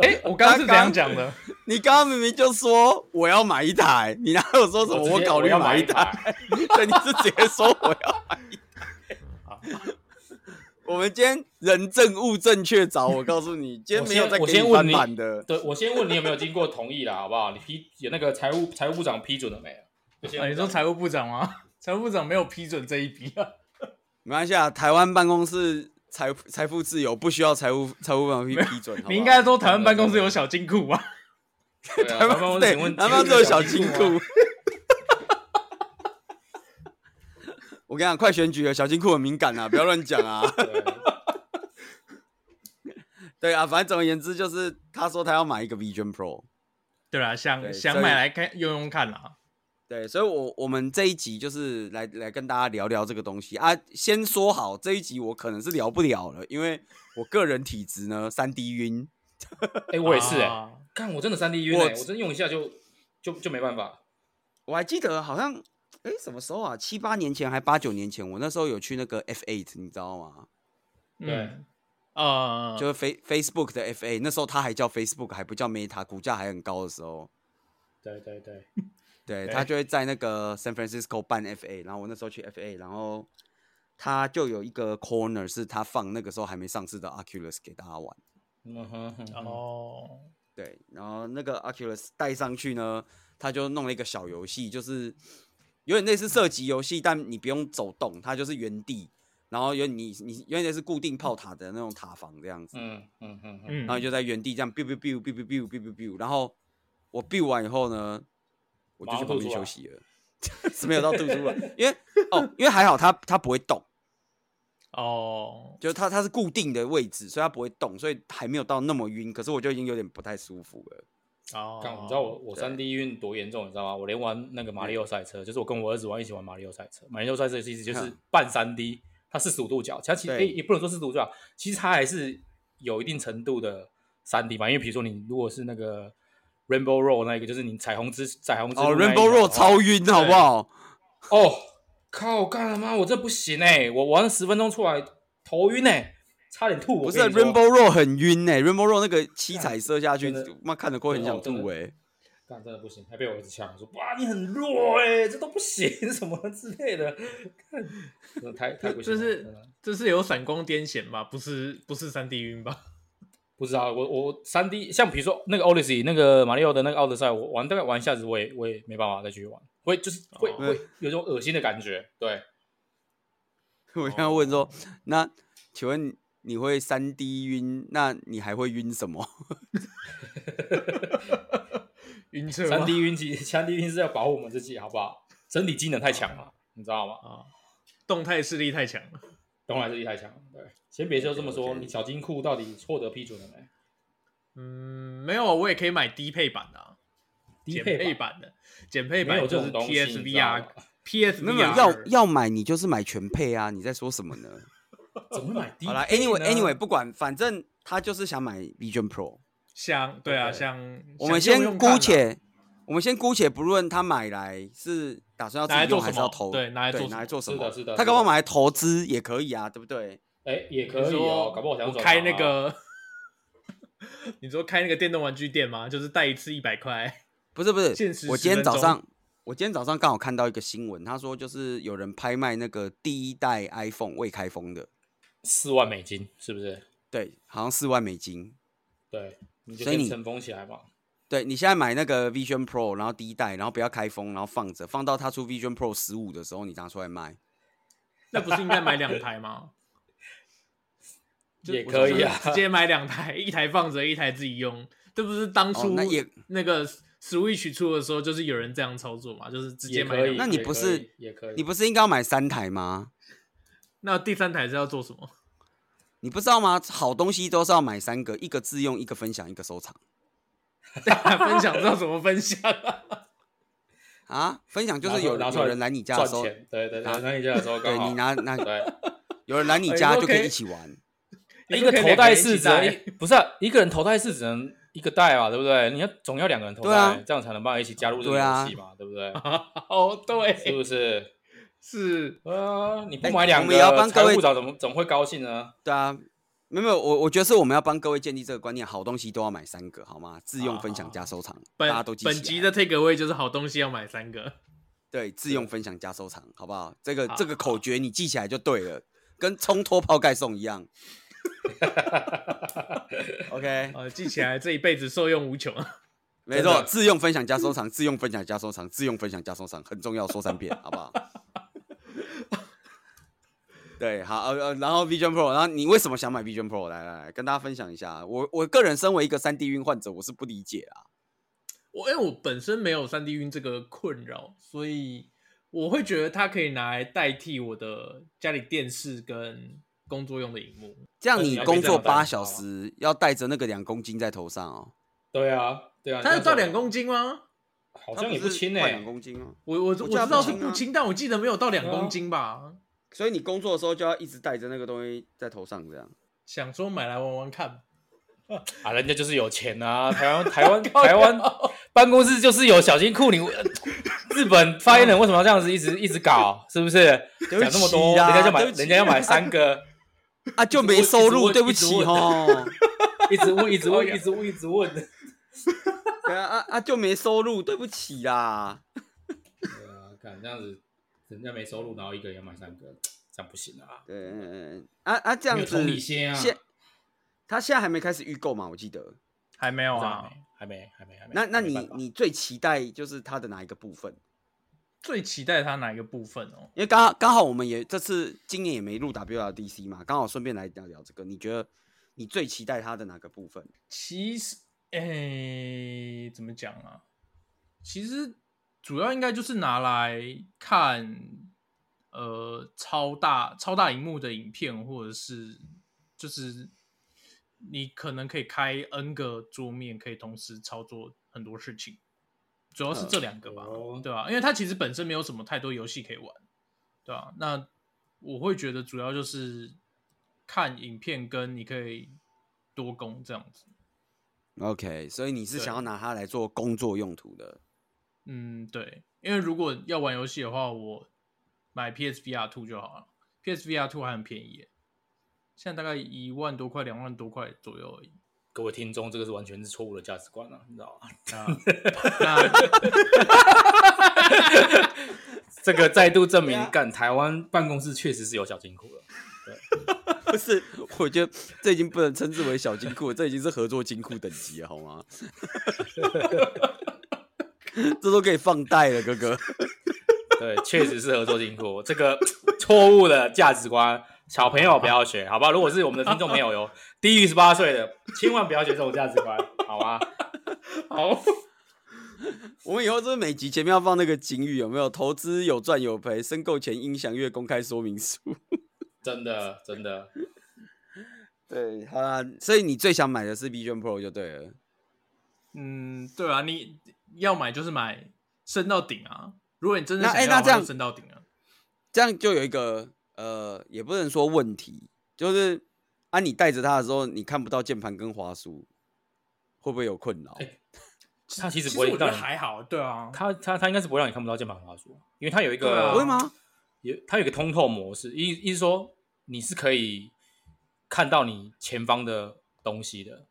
Speaker 1: 哎、我刚刚是怎
Speaker 2: 刚
Speaker 1: 样
Speaker 2: 刚
Speaker 1: 讲的？
Speaker 2: 你刚刚明明就说我要买一台，你哪有说什么
Speaker 3: 我直接
Speaker 2: 考虑
Speaker 3: 我要买
Speaker 2: 一
Speaker 3: 一台？
Speaker 2: 对，你是直接说我要买一
Speaker 3: 好
Speaker 2: 台。我们今天人证物证确凿，我告诉你，今天没有再
Speaker 3: 我
Speaker 2: 给
Speaker 3: 先
Speaker 2: 你
Speaker 3: 我先
Speaker 2: 翻
Speaker 3: 问你
Speaker 2: 版的。
Speaker 3: 对，我先问你有没有经过同意啦，好不好？你批有那个财务财务部长批准了没有？有些
Speaker 1: 啊、你说财务部长吗？ 财务部长没有批准这一笔啊，
Speaker 2: 没关系啊，台湾办公室财财富自由，不需要财务财务办批批准。好 不好
Speaker 1: 你应该说台湾办公室有小金库吧？
Speaker 3: 对
Speaker 2: 台
Speaker 3: 啊台湾
Speaker 2: 湾
Speaker 3: 我
Speaker 2: 对
Speaker 3: 请问，
Speaker 2: 台湾只有小金
Speaker 3: 啊
Speaker 2: 库。我跟你讲，快选举了，小金库很敏感啊，不要乱讲啊。
Speaker 3: 对
Speaker 2: 对啊，反正总而言之，就是他说他要买一个 Vision Pro，
Speaker 1: 对啦，想
Speaker 2: 对
Speaker 1: 想
Speaker 2: 所以
Speaker 1: 买来看用用看啦。
Speaker 2: 对，所以我我们这一集就是来来跟大家聊聊这个东西啊。先说好，这一集我可能是聊不了了，因为我个人体质呢，三 D 晕。
Speaker 3: 哎，我也是哎，
Speaker 1: 啊
Speaker 3: 看我真的三 D 晕
Speaker 2: 我
Speaker 3: 哎，我真用一下就就就没办法。
Speaker 2: 我还记得好像，哎，什么时候啊？七八年前还八九年前，我那时候有去那个 F8，你知道吗？
Speaker 3: 对
Speaker 1: 嗯，呃，
Speaker 2: 就是 Face Facebook 的 FA，那时候它还叫 Facebook，还不叫 Meta，股价还很高的时候，
Speaker 3: 对对对，
Speaker 1: 对
Speaker 2: 对他就会在那个 San Francisco 办 FA，然后我那时候去 FA，然后他就有一个 corner 是他放那个时候还没上市的 Oculus 给大家玩，
Speaker 3: 嗯哼哼哼，
Speaker 1: 哦，
Speaker 2: 对，然后那个 Oculus 带上去呢，他就弄了一个小游戏，就是有点类似射击游戏，但你不用走动，它就是原地，然后有你你有点类似固定炮塔的那种塔防这样子，
Speaker 3: 嗯嗯嗯嗯，
Speaker 1: 嗯
Speaker 2: 然后就在原地这样 biu biu biu biu biu biu biu biu biu，然后我 biu 完以后呢，我就
Speaker 3: 马
Speaker 2: 去
Speaker 3: 上
Speaker 2: 旁
Speaker 3: 吐
Speaker 2: 边
Speaker 3: 出来
Speaker 2: 休息了，是没有到吐出来，因为哦，因为还好它它不会动，
Speaker 1: 哦，
Speaker 2: 就是它它是固定的位置，所以它不会动，所以还没有到那么晕，可是我就已经有点不太舒服了。
Speaker 1: 哦，
Speaker 3: 干，你知道我我
Speaker 2: 对嗯
Speaker 3: 三 D 晕多严重，你知道吗？我连玩那个马里奥赛车，就是我跟我儿子玩一起玩马里奥赛车。马里奥赛车的意思就是
Speaker 2: 嗯
Speaker 3: 半三 D，它四十五度角，其实它其实、
Speaker 2: 对
Speaker 3: 诶也不能说四十五度角，其实它还是有一定程度的三 D 嘛。因为比如说你如果是那个 Rainbow Road 那一个，就是你彩虹之彩虹之
Speaker 2: 哦
Speaker 3: 路那一条
Speaker 2: ，Rainbow Road 超晕，好不好？
Speaker 3: 哦，靠，干了妈，我这不行哎、我玩了十分钟出来头晕哎、差点吐。我
Speaker 2: 不是
Speaker 3: 跟你说
Speaker 2: ，Rainbow Road 很晕呢、r a i n b o w Road 那个七彩射下去
Speaker 3: 真的，
Speaker 2: 妈看着会很想
Speaker 3: 真的
Speaker 2: 吐哎、
Speaker 3: 干真的不行，还被我儿子呛，说哇你很弱哎、这都不行 什么之类的，看真的太太不行
Speaker 1: 这
Speaker 3: 了，
Speaker 1: 是
Speaker 3: 真的
Speaker 1: 这是有闪光癫痫吧？不是不是三 D 晕吧？
Speaker 3: 不知道我我三 D 像比如说那个 Odyssey 那个马里奥的那个奥德赛，我玩大概玩一下子，我也我也没办法再继续玩，会就是会、
Speaker 1: 哦
Speaker 3: 会有种恶心的感觉，对，哦
Speaker 2: 我刚刚问说，那请问你会三 D 晕，那你还会晕什么？
Speaker 1: 晕车吗
Speaker 3: 三 D 晕机，三 D 晕是要保护我们自己，好不好？身体机能太强了，你知道吗？
Speaker 1: 啊，动态视力太强了。
Speaker 3: 东来这力太强了，对，先别就这么说，
Speaker 2: OK，OK
Speaker 3: 你小金库到底获得批准了没？
Speaker 1: 嗯，没有，我也可以买低配版的、啊，
Speaker 3: 低
Speaker 1: 减配
Speaker 3: 配吧，
Speaker 1: 版的，减配
Speaker 3: 没
Speaker 1: 版
Speaker 3: 有这
Speaker 1: 就
Speaker 3: 种
Speaker 1: 是
Speaker 3: 东西你知道
Speaker 1: PSVR
Speaker 3: 吗
Speaker 1: PSVR
Speaker 2: 没有没有要要买你就是买全配啊！你在说什么呢？
Speaker 3: 怎么会买低配
Speaker 2: 好
Speaker 3: 呢
Speaker 2: 啦 a n y w a y anyway，不管，反正他就是想买 Vision Pro。
Speaker 1: 像对啊
Speaker 3: OK
Speaker 1: 像
Speaker 2: 我们
Speaker 1: 想用
Speaker 2: 先
Speaker 1: 用看啊
Speaker 2: 姑且，我们先姑且不论他买来是打算要
Speaker 1: 拿来
Speaker 2: 自己
Speaker 1: 做
Speaker 2: 用
Speaker 1: 什
Speaker 2: 还是要
Speaker 1: 么
Speaker 2: 投，
Speaker 1: 对拿来做什么
Speaker 2: 拿来做什
Speaker 3: 是的
Speaker 2: 么？
Speaker 3: 是的
Speaker 2: 他
Speaker 3: 是
Speaker 2: 搞不好
Speaker 3: 的
Speaker 2: 买来投资也可以啊，对不对？
Speaker 3: 哎，也可
Speaker 1: 你
Speaker 3: 以哦
Speaker 1: 说，
Speaker 3: 搞不好想
Speaker 1: 我
Speaker 3: 转
Speaker 1: 开
Speaker 3: 行
Speaker 1: 那
Speaker 3: 啊
Speaker 1: 个， 你说开那个电动玩具店吗？就是带一次一百块，
Speaker 2: 不是不是
Speaker 1: 限时，
Speaker 2: 我
Speaker 1: 10
Speaker 2: 今天
Speaker 1: 分
Speaker 2: 早
Speaker 1: 钟
Speaker 2: 上我今天早上刚好看到一个新闻，他说就是有人拍卖那个第一代 iPhone 未开封的，
Speaker 3: 四万美金，是不是？
Speaker 2: 对，好像四万美金。
Speaker 3: 对，你就
Speaker 2: 所以
Speaker 3: 先
Speaker 2: 你
Speaker 3: 尘封起来嘛。
Speaker 2: 对你现在买那个 Vision Pro，然后第一代，然后不要开封，然后放着，放到它出 Vision Pro 十五的时候，你拿出来卖。
Speaker 1: 那不是应该买两台吗？就
Speaker 3: 也
Speaker 1: 我
Speaker 3: 可
Speaker 1: 就
Speaker 3: 以
Speaker 1: 是
Speaker 3: 啊
Speaker 1: 直接买两台，一台放着，一台自己用。这不是当初、
Speaker 2: 哦那也
Speaker 1: 那个 Switch 出的时候，就是有人这样操作嘛，就是直接
Speaker 3: 也
Speaker 1: 买
Speaker 3: 可
Speaker 1: 两台。
Speaker 3: 以，
Speaker 2: 那你
Speaker 3: 也
Speaker 2: 不
Speaker 3: 可
Speaker 2: 是
Speaker 3: 以也可以？
Speaker 2: 你不是应该要买三台吗？
Speaker 1: 那第三台是要做什么？
Speaker 2: 你不知道吗？好东西都是要买三个，一个自用，一个分享，一个收藏
Speaker 1: 分享知道怎么分享啊？
Speaker 2: 啊。分享就
Speaker 3: 拿
Speaker 2: 是
Speaker 3: 出来
Speaker 2: 有
Speaker 3: 拿出
Speaker 2: 有
Speaker 3: 来
Speaker 2: 人来你家的
Speaker 3: 赚
Speaker 2: 时候，
Speaker 3: 钱，对对对，
Speaker 2: 拿
Speaker 3: 那你家的时候刚
Speaker 2: 对
Speaker 3: 好
Speaker 2: 你拿拿
Speaker 3: 对。
Speaker 2: 有人来你
Speaker 1: 哎
Speaker 2: 家
Speaker 1: 都
Speaker 2: 就可
Speaker 1: 可
Speaker 2: 以
Speaker 1: 以
Speaker 2: 一起玩。
Speaker 1: 你
Speaker 3: 一
Speaker 1: 说
Speaker 3: 个
Speaker 1: 可以
Speaker 3: 头
Speaker 1: 两
Speaker 3: 戴
Speaker 1: 人一
Speaker 3: 式
Speaker 1: 起
Speaker 3: 只能
Speaker 1: 戴
Speaker 3: 一不是啊、一个人头戴式只能一个戴嘛，对不对？你要总要两个人头戴，
Speaker 2: 对啊
Speaker 3: 这样才能帮一起加入这个
Speaker 2: 对啊
Speaker 3: 游戏嘛，对不对？
Speaker 1: 哦，
Speaker 3: 是
Speaker 1: 对，
Speaker 3: 不是？
Speaker 1: 是
Speaker 3: 啊，你不
Speaker 2: 哎
Speaker 3: 买两
Speaker 2: 我
Speaker 3: 个，
Speaker 2: 们也要帮各
Speaker 3: 财
Speaker 2: 位
Speaker 3: 务长怎么怎么会高兴呢？
Speaker 2: 对啊，没有没有，我我觉得是我们要帮各位建立这个观念，好东西都要买三个，好吗？自用、
Speaker 3: 啊
Speaker 1: 好
Speaker 2: 分享
Speaker 1: 好
Speaker 2: 加收藏，大
Speaker 1: 本
Speaker 2: 家都记
Speaker 1: 本
Speaker 2: 起
Speaker 1: 集的
Speaker 2: 来。
Speaker 1: take away 就是好东西要买三个，
Speaker 2: 对，自用、分享加收藏，好不好？这个这
Speaker 1: 好
Speaker 2: 个口诀你记起来就对了，跟冲脱泡盖送一样。OK，
Speaker 1: 呃，记起来这一辈子受用无穷。
Speaker 2: 没
Speaker 3: 真
Speaker 2: 错，
Speaker 3: 的
Speaker 2: 自用、分享加收藏，自用、分享加收藏，自用、分享加收藏很重要，说三遍，好不 好？对，好，呃，呃然后 Vision Pro，然后你为什么想买 Vision Pro？来来来，跟大家分享一下。我我个人身为一个三 D 晕患者，我是不理解啊。
Speaker 1: 我因为我本身没有三 D 晕这个困扰，所以我会觉得它可以拿来代替我的家里电视跟工作用的荧幕。
Speaker 2: 这样
Speaker 3: 那你
Speaker 2: 你
Speaker 3: 要
Speaker 2: 工
Speaker 3: 背这
Speaker 2: 作
Speaker 3: 样带
Speaker 2: 八
Speaker 3: 你
Speaker 2: 小
Speaker 3: 知道
Speaker 2: 时，要带着那个两公斤在头上哦。
Speaker 3: 对啊，对啊，
Speaker 1: 它有
Speaker 3: 到
Speaker 1: 到两，公斤吗？
Speaker 3: 好
Speaker 2: 它
Speaker 3: 像
Speaker 2: 不
Speaker 3: 也不
Speaker 2: 是
Speaker 3: 轻呢、欸
Speaker 2: 快两公斤哦。
Speaker 1: 我我我
Speaker 2: 记
Speaker 1: 知
Speaker 2: 得
Speaker 1: 道
Speaker 2: 不
Speaker 1: 是
Speaker 2: 轻啊
Speaker 1: 不轻，但我记得没有到两公斤吧。
Speaker 2: 所以你工作的时候就要一直带着那个东西在头上，这样。
Speaker 1: 想说买来玩玩看，
Speaker 3: 啊，人家就是有钱啊，台湾台 湾 台湾办公室就是有小金库，你 日本发言人为什么要这样子一直一直搞？是不啊是？
Speaker 2: 对不
Speaker 3: 讲这么多，
Speaker 2: 起啦
Speaker 3: 人家就买
Speaker 2: 对不起
Speaker 3: 人家要买三个，
Speaker 2: 啊，就没收入，
Speaker 3: 一直问
Speaker 2: 对不起哦。
Speaker 3: 一直问一直问一直问一直问。
Speaker 2: 对啊啊啊，就没收入，对不起啦。
Speaker 3: 对啊，看这样子，人家没收入，然后一个人要买三个，这样不行啊，
Speaker 2: 对，嗯嗯嗯啊啊，这
Speaker 3: 这
Speaker 2: 样子
Speaker 3: 同理，心啊，
Speaker 2: 现他现在还没开始预购嘛？我记得。
Speaker 1: 还没有
Speaker 3: 好
Speaker 1: 啊
Speaker 3: 像。还没还没还没还没。
Speaker 2: 哦那那
Speaker 3: 没
Speaker 2: 你
Speaker 3: 办法
Speaker 2: 你最期待就是它的哪一个部分？
Speaker 1: 最期待它哪一个部分哦？
Speaker 2: 因为刚好刚好我们也这次今年也没录 WLDC 嘛，刚好顺便来聊聊这个。你觉得你最期待它的哪个部分？
Speaker 1: 其实，诶、怎么讲啊？其实主要应该就是拿来看，呃，超大超大荧幕的影片，或者是就是你可能可以开 N 个桌面，可以同时操作很多事情，主要是这两个吧，
Speaker 3: 哦
Speaker 1: 对吧、因为它其实本身没有什么太多游戏可以玩，对啊，那我会觉得主要就是看影片跟你可以多攻这样子。
Speaker 2: OK，所以你是
Speaker 1: 对
Speaker 2: 想要拿它来做工作用途的？
Speaker 1: 嗯，对，因为如果要玩游戏的话，我买 PSVR Two 就好了。PSVR Two 还很便宜耶，现在大概一万多块、两万多块左右而已。
Speaker 3: 各位听众，这个是完全是错误的价值观啊，你知道吗？
Speaker 1: 那那
Speaker 3: 这个再度证
Speaker 2: 对
Speaker 3: 明
Speaker 2: 啊，
Speaker 3: 干台湾办公室确实是有小金库了。
Speaker 2: 不是，我觉得这已经不能称之为小金库，这已经是合作金库等级了，好吗？ 这都可以放贷了，哥哥。
Speaker 3: 对，确实是合作金库，这个错误的价值观，小朋友不要学，好吧？如果是我们的听众朋友有低于十八岁的，千万不要学这种价值观，好吗？
Speaker 1: 好，
Speaker 2: 我们以后就是每集前面要放那个警语，有没有？投资有赚有赔，申购前应详阅公开说明书。
Speaker 3: 真的，真的，
Speaker 2: 对，好啦， 所以你最想买的是 Vision Pro 就对了。
Speaker 1: 嗯，对啊，你要买就是买升到顶啊。如果你真的
Speaker 2: 那
Speaker 1: 想
Speaker 2: 哎
Speaker 1: 要
Speaker 2: 那
Speaker 1: 的话
Speaker 2: 这样
Speaker 1: 就升到顶啊。
Speaker 2: 这样就有一个呃，也不能说问题，就是啊，你带着它的时候，你看不到键盘跟滑鼠，会不会有困扰？
Speaker 3: 哎它其实
Speaker 1: 其
Speaker 3: 不会
Speaker 1: 实我觉得
Speaker 3: 让你
Speaker 1: 还好，对啊，
Speaker 3: 它它它应该是不会让你看不到键盘滑鼠，啊因为它有一
Speaker 1: 对
Speaker 3: 个
Speaker 1: 啊
Speaker 2: 不会吗？
Speaker 3: 有它有一个通透模式，意意思说你是可以看到你前方的东西的。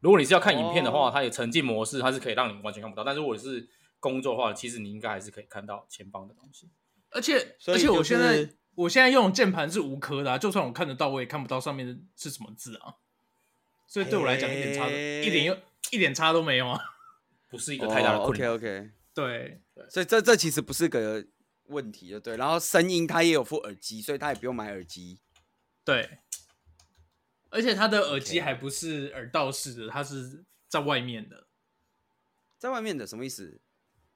Speaker 3: 如果你是要看影片的话，
Speaker 2: 哦
Speaker 3: 它有沉浸模式，它是可以让你完全看不到。但如果你是工作的话，其实你应该还是可以看到前方的东西。
Speaker 1: 而且
Speaker 2: 所
Speaker 1: 而
Speaker 2: 以
Speaker 1: 且我
Speaker 2: 就
Speaker 1: 现在
Speaker 2: 是
Speaker 1: 我现在用的键盘是无壳的、啊，就算我看得到，我也看不到上面的是什么字啊。所以对我来讲一点差都
Speaker 2: 嘿
Speaker 1: 一点又一点差都没有啊。
Speaker 3: 不是一个太大的
Speaker 2: 哦
Speaker 3: 困
Speaker 2: OK
Speaker 3: 难。
Speaker 2: OK，
Speaker 1: 对，
Speaker 2: 所以这这其实不是个问题，就对。然后声音它也有附耳机，所以它也不用买耳机。
Speaker 1: 对，而且它的耳机
Speaker 2: OK
Speaker 1: 还不是耳道式的，它是在外面的，
Speaker 2: 在外面的什么意思？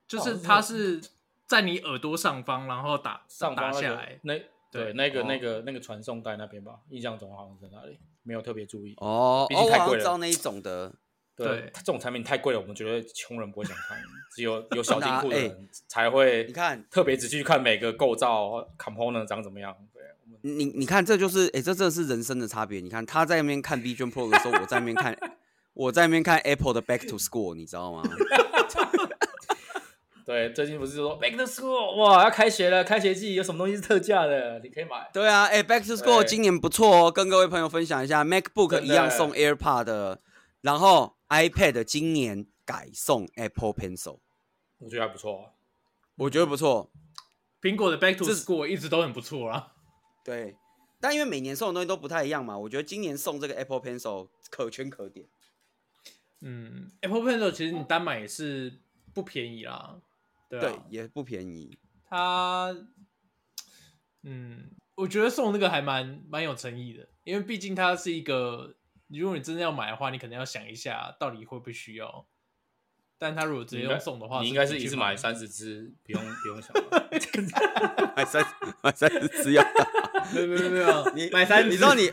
Speaker 1: 就
Speaker 3: 哦
Speaker 1: 是
Speaker 3: 是
Speaker 1: 它是在你耳朵上方，然后打
Speaker 3: 上
Speaker 1: 打
Speaker 3: 方那
Speaker 1: 下
Speaker 3: 个
Speaker 1: 来。
Speaker 3: 那
Speaker 1: 对
Speaker 3: 对那个
Speaker 2: 哦
Speaker 3: 那个那个传送带那边吧，印象中好像是在那里，没有特别注意。
Speaker 2: 哦，
Speaker 3: 毕
Speaker 2: 哦，
Speaker 3: 竟
Speaker 2: 我
Speaker 3: 太
Speaker 2: 好像
Speaker 3: 贵
Speaker 2: 知
Speaker 3: 了
Speaker 2: 道那一种的。
Speaker 1: 对
Speaker 3: 对，这种产品太贵了，我们觉得穷人不会想看，只有有小
Speaker 2: 真的
Speaker 3: 金
Speaker 2: 啊
Speaker 3: 库的
Speaker 2: 哎
Speaker 3: 人才会。
Speaker 2: 你看，
Speaker 3: 特别仔细去看每个构造 component 长怎么样。对，我们
Speaker 2: 你你看，这就是哎、这真的是人生的差别。你看他在那边看 Vision Pro 的时候，我在那边看， 我在那边看 Apple 的 Back to School，你知道吗？
Speaker 3: 对最近不是说 back to school，哇，要开学了，开学季有什么东西是特价的，你可以买。
Speaker 2: 对啊，哎、b a c k to School
Speaker 3: 对
Speaker 2: 今年不错哦，跟各位朋友分享一下，MacBook
Speaker 3: 真
Speaker 2: 一
Speaker 3: 的
Speaker 2: 样送 AirPod 的，然后 iPad 今年改送 Apple Pencil，
Speaker 3: 我觉得还不错、啊。
Speaker 2: 我觉得不错。
Speaker 1: 苹果的 Back to
Speaker 2: 这
Speaker 1: School 一直都很不错啦。
Speaker 2: 对，但因为每年送的东西都不太一样嘛，我觉得今年送这个 Apple Pencil 可圈可点。
Speaker 1: 嗯，Apple Pencil 其实你单买也是不便宜啦。对啊
Speaker 2: 对，也不便宜。
Speaker 1: 它，嗯，我觉得送这个还蛮蛮有诚意的，因为毕竟它是一个，如果你真的要买的话，你可能要想一下到底会不会需要。但他如果直接
Speaker 3: 你应该
Speaker 1: 用送的话，
Speaker 3: 你应该
Speaker 1: 是
Speaker 3: 是
Speaker 1: 不
Speaker 3: 一
Speaker 1: 去
Speaker 3: 次
Speaker 1: 买
Speaker 3: 买三十支，不用不用想 了。
Speaker 2: 买三买三十只要干嘛，
Speaker 1: 没有没有没有，
Speaker 2: 你
Speaker 1: 买三只，
Speaker 2: 你知道你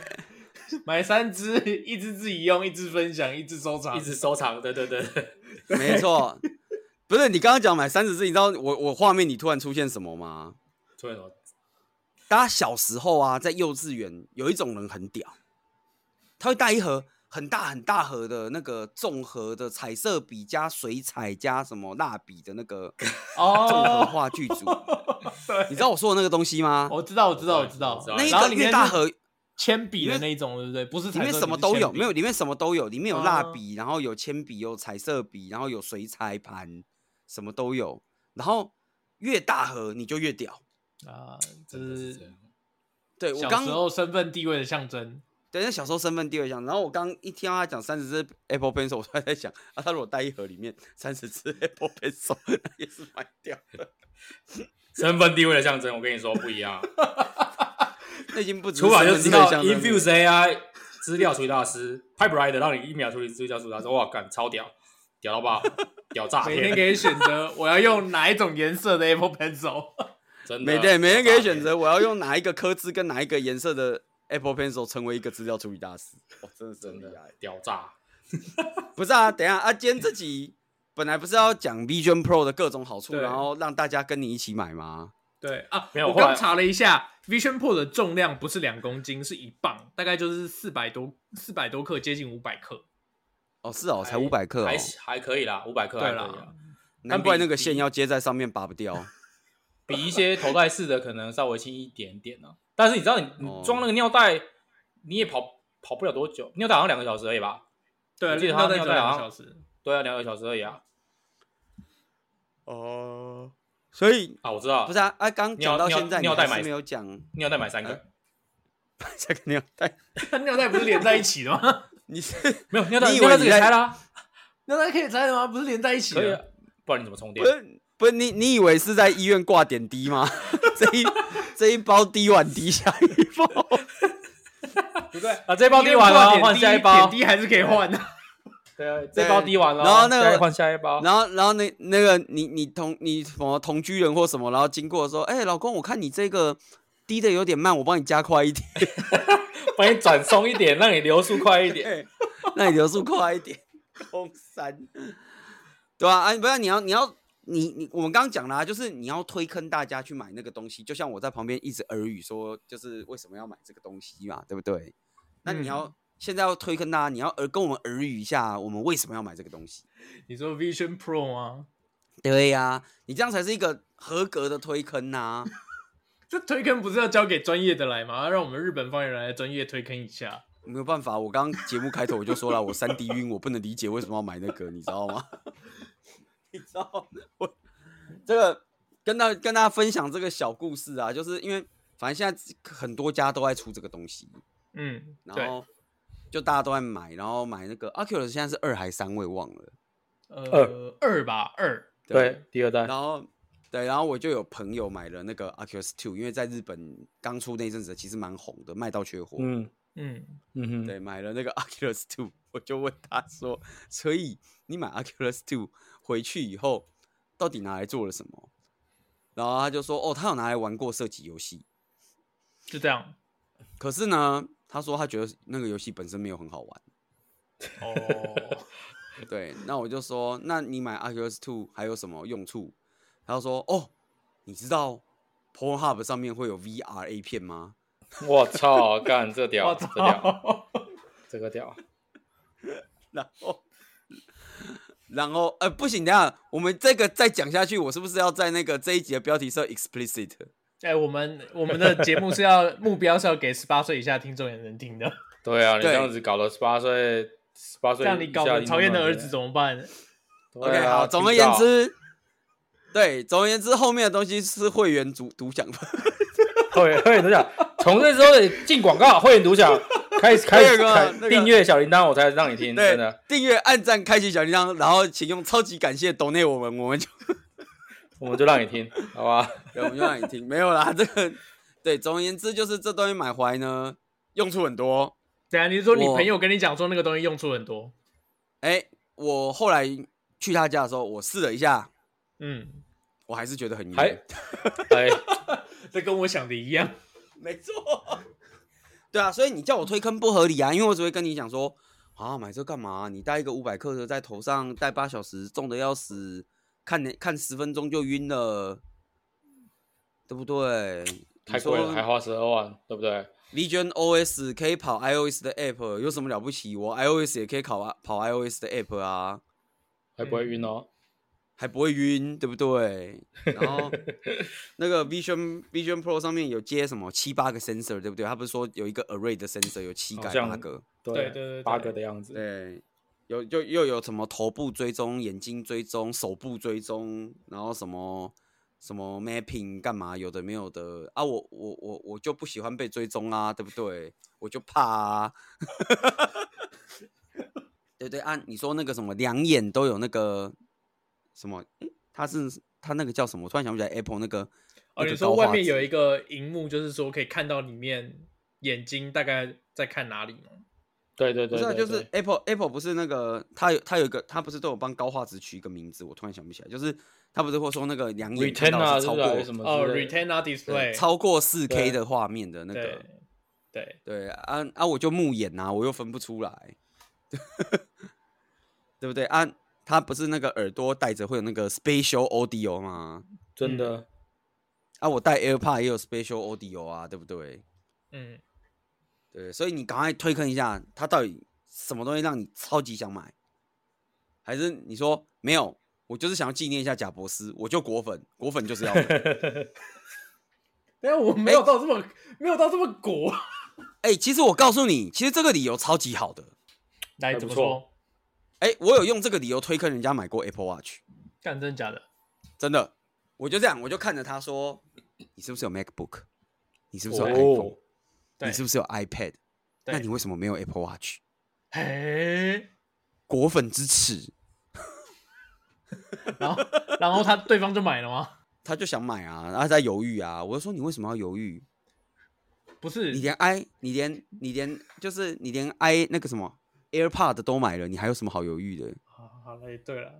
Speaker 1: 买三只，一只自己用，一只分享，一只收藏，
Speaker 3: 一直收藏，对对对，
Speaker 2: 没错，不是你刚刚讲买三十支，你知道我我画面里突然出现什么吗？
Speaker 3: 突然什么？
Speaker 2: 大家小时候啊，在幼稚园有一种人很屌，他会带一盒很大很大盒的那个综合的彩色笔加水彩加什么蜡笔的 那个综合
Speaker 1: 哦，
Speaker 2: 话剧组，
Speaker 1: 对，
Speaker 2: 你知道我说的那个东西吗？
Speaker 1: 我知道，我知道，我
Speaker 3: 我
Speaker 1: 知
Speaker 3: 知
Speaker 1: 道
Speaker 3: 道，
Speaker 2: 那一
Speaker 1: 然后
Speaker 2: 个
Speaker 1: 里
Speaker 2: 越
Speaker 1: 面
Speaker 2: 大
Speaker 1: 是
Speaker 2: 盒，
Speaker 1: 铅笔的
Speaker 2: 里面
Speaker 1: 那一种，对不对？不是
Speaker 2: 里
Speaker 1: 彩色
Speaker 2: 面
Speaker 1: 笔
Speaker 2: 什么都有，没
Speaker 1: 是
Speaker 2: 有，
Speaker 1: 铅笔
Speaker 2: 里面什么都有，里面有蜡
Speaker 1: 哦
Speaker 2: 笔，然后有铅笔，有彩色笔，然后有水彩盘，什么都有。然后越大盒你就越屌。
Speaker 1: 啊，这
Speaker 3: 真的是
Speaker 1: 是
Speaker 3: 这样。
Speaker 2: 对我
Speaker 1: 小
Speaker 2: 刚
Speaker 1: 时候身份地位的象征。
Speaker 2: 对，那小时候身份地位讲，然后我刚一听到他讲三十支 Apple Pencil，我突然在想，啊，他如果带一盒里面三十支 Apple Pencil，那 也是卖掉的，
Speaker 3: 身份地位的象征，我跟你说不一 样，
Speaker 2: 那已经不只是
Speaker 3: 出来就
Speaker 2: 身份
Speaker 3: 知
Speaker 2: 地位
Speaker 3: 道
Speaker 2: 象征了
Speaker 3: Infuse AI 资料处理大师 Pipewriter 让你一秒处理资料处理大师，哇，干超屌，屌到爆，屌炸
Speaker 1: 每天
Speaker 3: 天，
Speaker 1: 可以选择我要用哪一种颜色的 Apple Pencil。
Speaker 3: 真的，啊
Speaker 2: 每对每天可以选
Speaker 3: 屌
Speaker 2: 择我要用哪一个科字跟哪一个颜色的 Apple Pencil 成为一个资料处理大师，哦，真的是
Speaker 3: 炸
Speaker 2: 很
Speaker 3: 天，真
Speaker 2: 厉害
Speaker 3: 的。啊屌炸。
Speaker 2: 不是啊，等一下啊，今天这集本来不是要讲 Vision Pro 的各种好处，
Speaker 1: 对
Speaker 2: 然后让大家跟你一起买吗？
Speaker 1: 对啊，
Speaker 3: 没有
Speaker 1: 我
Speaker 3: 后来
Speaker 1: 刚查了一下，Vision Pro 的重量不是两公斤，是一磅，大概就是四百多四百多克，接近五百克。
Speaker 2: 哦，是哦，才
Speaker 3: 还
Speaker 2: 五百克哦
Speaker 3: 还，还可以啦，五百克还
Speaker 1: 对
Speaker 3: 可以啊
Speaker 1: 啦
Speaker 3: 啦，，
Speaker 2: 难怪那个线要接在上面拔不 掉。
Speaker 3: 比一些头戴式的可能稍微轻一点点呢、但是你知道你，你
Speaker 2: 哦
Speaker 3: 装那个尿袋，你也跑跑不了多久，尿袋好像两个小时而已吧？
Speaker 1: 对，
Speaker 3: 我记得
Speaker 1: 那
Speaker 3: 它
Speaker 1: 再
Speaker 3: 尿
Speaker 1: 走
Speaker 3: 袋
Speaker 1: 两个
Speaker 3: 好
Speaker 1: 小
Speaker 3: 像
Speaker 1: 时。
Speaker 3: 对啊，两个小时而已啊。
Speaker 2: 哦，所以
Speaker 3: 啊，我知道，
Speaker 2: 不是啊，啊，刚讲到
Speaker 3: 尿
Speaker 2: 现在你
Speaker 3: 尿
Speaker 2: 还
Speaker 3: 尿袋
Speaker 2: 是
Speaker 3: 买
Speaker 2: 没有讲
Speaker 3: 尿袋买三个，
Speaker 2: 呃这个尿袋，
Speaker 1: 它尿袋不是连在一起的吗？
Speaker 2: 你 是
Speaker 3: 没有尿袋，
Speaker 2: 你以
Speaker 3: 尿
Speaker 2: 为
Speaker 3: 袋这
Speaker 2: 你
Speaker 3: 个
Speaker 2: 在
Speaker 3: 拆啦，
Speaker 1: 尿袋可以拆的吗？不是连在一起
Speaker 3: 可以、啊
Speaker 1: 的。，
Speaker 3: 不然你怎么充电
Speaker 2: 不？是不是你你以为是在医院挂点滴吗？ 这一这一包滴碗滴下一包，
Speaker 1: 不对，
Speaker 3: 啊，这包滴完
Speaker 1: 了
Speaker 3: 了，换下一包
Speaker 1: 点。滴还是可以换 的。
Speaker 3: 对啊，这包滴完了，
Speaker 2: 然后那个
Speaker 3: 下一换下一包。
Speaker 2: 然后，然后那那个你你同你什么同居人或什么，然后经过说，哎、老公，我看你这个滴的有点慢，我帮你加快一点，
Speaker 3: 帮你转松一点，让你流速快 一点。
Speaker 2: 哎那你流速快一点， 空三，对吧、啊？不然你要你要你你我们刚刚讲啦、就是你要推坑大家去买那个东西，就像我在旁边一直耳语说，就是为什么要买这个东西嘛，对不对？那你要、现在要推坑大家，你要耳跟我们耳语一下，我们为什么要买这个东西？
Speaker 1: 你说 Vision Pro 吗？
Speaker 2: 对呀、你这样才是一个合格的推坑啊呐、
Speaker 1: 这推坑不是要交给专业的来吗？要让我们日本方言人来专业推坑一下。
Speaker 2: 没有办法，我刚刚节目开头我就说了，我三 D 晕，我不能理解为什么要买那个，你知道吗？ 你知道我 这个跟大跟大家分享这个小故事啊，就是因为反正现在很多家都在出这个东西，
Speaker 1: 嗯，
Speaker 2: 然后就大家都在买，然后买那个 Oculus 现在是二还三，我也忘了。
Speaker 1: 对，呃，二吧，二，
Speaker 3: 对，第二代，
Speaker 2: 然后对，然后我就有朋友买了那个 Oculus Two，因为在日本刚出那阵子其实蛮红的，卖到缺货。
Speaker 3: 嗯
Speaker 1: 嗯，
Speaker 3: 嗯哼，
Speaker 2: 对，买了那个 Oculus Two，我就问他说，所以你买 Oculus Two 回去以后，到底拿来做了什么？然后他就说，哦，他有拿来玩过射击游戏，
Speaker 1: 就这样。
Speaker 2: 可是呢，他说他觉得那个游戏本身没有很好玩。
Speaker 1: 哦，
Speaker 2: 对，那我就说，那你买 Oculus Two 还有什么用处？他就说，哦，你知道 Pornhub 上面会有 VR A 片吗？
Speaker 3: 我操，干这屌，
Speaker 1: 我
Speaker 3: 这屌，
Speaker 1: 操！
Speaker 3: 这个屌，
Speaker 2: 然后，然后，呃，不行，等一下我们这个再讲下去，我是不是要在那个这一集的标题设 explicit？
Speaker 1: 哎、我们我们的节目是要目标是要给十八岁以下听众也能听的，
Speaker 3: 对啊，你
Speaker 2: 对
Speaker 3: 这样子搞了十八岁，十八
Speaker 1: 这
Speaker 3: 岁以下
Speaker 1: 样你搞得
Speaker 3: 一定
Speaker 1: 讨厌的儿子
Speaker 3: 不
Speaker 1: 怎么办？
Speaker 3: 能对
Speaker 2: OK，
Speaker 3: 啊
Speaker 2: 好，总而
Speaker 3: 听
Speaker 2: 言
Speaker 3: 到
Speaker 2: 之，对，总而言之，后面的东西是会员独独享分。
Speaker 3: 会会员独享，从这之后的进广告，会员独享，开始 开
Speaker 2: 那
Speaker 3: 始
Speaker 2: 个
Speaker 3: 开
Speaker 2: 那个
Speaker 3: 订阅小铃铛，我才让你听，真
Speaker 2: 对
Speaker 3: 的，，
Speaker 2: 订阅、按赞、开启小铃铛，然后请用超级感谢 donate 我们，我们就
Speaker 3: 我们就让 你听，好吧？
Speaker 2: 对，我们就让你 听。没有啦，这个对，总而言之就是这东西买回来呢，用处很多。
Speaker 1: 等一下你是说你
Speaker 2: 我
Speaker 1: 朋友跟你讲说那个东西用处很多，
Speaker 2: 哎，我后来去他家的时候，我试了一下，
Speaker 1: 嗯，
Speaker 2: 我还是觉得很晕。
Speaker 3: 还哎，
Speaker 1: 这跟我想的一样。
Speaker 2: 没错。对啊，所以你叫我推坑不合理啊，因为我只会跟你讲说，啊，买这干嘛？你戴一个五百克的在头上，戴八小时，重的要死，看你看十分钟就晕了，对不对？
Speaker 3: 太贵了，还
Speaker 2: 好。
Speaker 3: 花十二万，对不对？
Speaker 2: Legion OS 可以跑 iOS 的 App，有什么了不起？我 iOS 也可以考啊跑 iOS 的 App 啊，
Speaker 3: 还不会晕哦。
Speaker 2: 还不会晕，对不对？然 后那个 Vision Vision Pro 上面有接什么七八个 sensor，对不对？他不是说有一个 array 的 sensor 有七
Speaker 3: 好
Speaker 2: 改
Speaker 3: 像
Speaker 2: 八个，
Speaker 1: 对对对
Speaker 3: 八
Speaker 1: 对
Speaker 3: 个的样子，
Speaker 2: 对，有就又有什么头部追踪、眼睛追踪、手部追踪，然后什么什么 mapping 干嘛，有的没有的啊，我我我我就不喜欢被追踪啊，对不对？我就怕啊， 对对啊，你说那个什么两眼都有那个什么，诶它是它那个叫什么？我突然想不起来 Apple 那个。
Speaker 1: 哦，
Speaker 2: 那
Speaker 1: 你
Speaker 2: 个
Speaker 1: 说
Speaker 2: 高
Speaker 1: 外
Speaker 2: 画
Speaker 1: 面有
Speaker 2: 质
Speaker 1: 一个荧幕，就是说可以看到里面眼睛大概在看哪里吗？
Speaker 3: 对对
Speaker 2: 不
Speaker 3: 对，
Speaker 2: 是、啊，
Speaker 3: 对
Speaker 2: 就
Speaker 3: 对
Speaker 2: 是 Apple Apple 不是那个，它有它有一个，它不是都有帮高画质取一个名字，我突然想不起来，就是它不是会说那个两眼看
Speaker 3: retain
Speaker 2: 到
Speaker 3: 啊，
Speaker 2: 的是
Speaker 3: 是
Speaker 2: 超
Speaker 3: 不是
Speaker 2: 过
Speaker 3: 还是什么
Speaker 1: 哦
Speaker 3: 之类的
Speaker 1: ，Retina
Speaker 2: 对
Speaker 1: Display，
Speaker 2: 超过四 K
Speaker 3: 对
Speaker 2: 的画面的那
Speaker 1: 对
Speaker 2: 个，
Speaker 1: 对，
Speaker 2: 对啊啊，我就目眼啊，我又分不出来， 对不对啊？它不是那个耳朵戴着会有那个 spatial audio 吗？
Speaker 3: 真的
Speaker 2: 啊，我戴 AirPod 也有 spatial audio 啊，对不对？
Speaker 3: 哎
Speaker 1: 嗯，
Speaker 2: 对，所以你赶快推坑一下，它到底什么东西让你超级想买？还是你说没有？我就是想要纪念一下贾博士，我就果粉，果粉就是要 粉。
Speaker 1: 但是我没有到这么没有到这么果，
Speaker 2: 哎、其实我告诉你，其实这个理由超级好的。
Speaker 1: 来
Speaker 3: 还
Speaker 1: 怎
Speaker 3: 不
Speaker 1: 么
Speaker 3: 错
Speaker 1: 说？
Speaker 2: 哎、我有用这个理由推坑人家买过 Apple Watch，
Speaker 1: 干真的假的？
Speaker 2: 真的。我就这样，我就看着他说：“你是不是有 MacBook？你是不是有 iPhone？、
Speaker 3: 哦，
Speaker 1: 对
Speaker 2: 你是不是有 iPad？
Speaker 1: 对
Speaker 2: 那你为什么没有 Apple Watch？”
Speaker 1: 嘿，
Speaker 2: 果粉之耻，
Speaker 1: 然后然后他对方就买了吗？
Speaker 2: 他就想买啊，然后在犹豫啊。我就说：“你为什么要犹豫？
Speaker 1: 不是
Speaker 2: 你，连 i，你连你连就是你连 i 那个什么 AirPod 都买了，你还有什么好犹豫的？
Speaker 1: 好好了，也对了，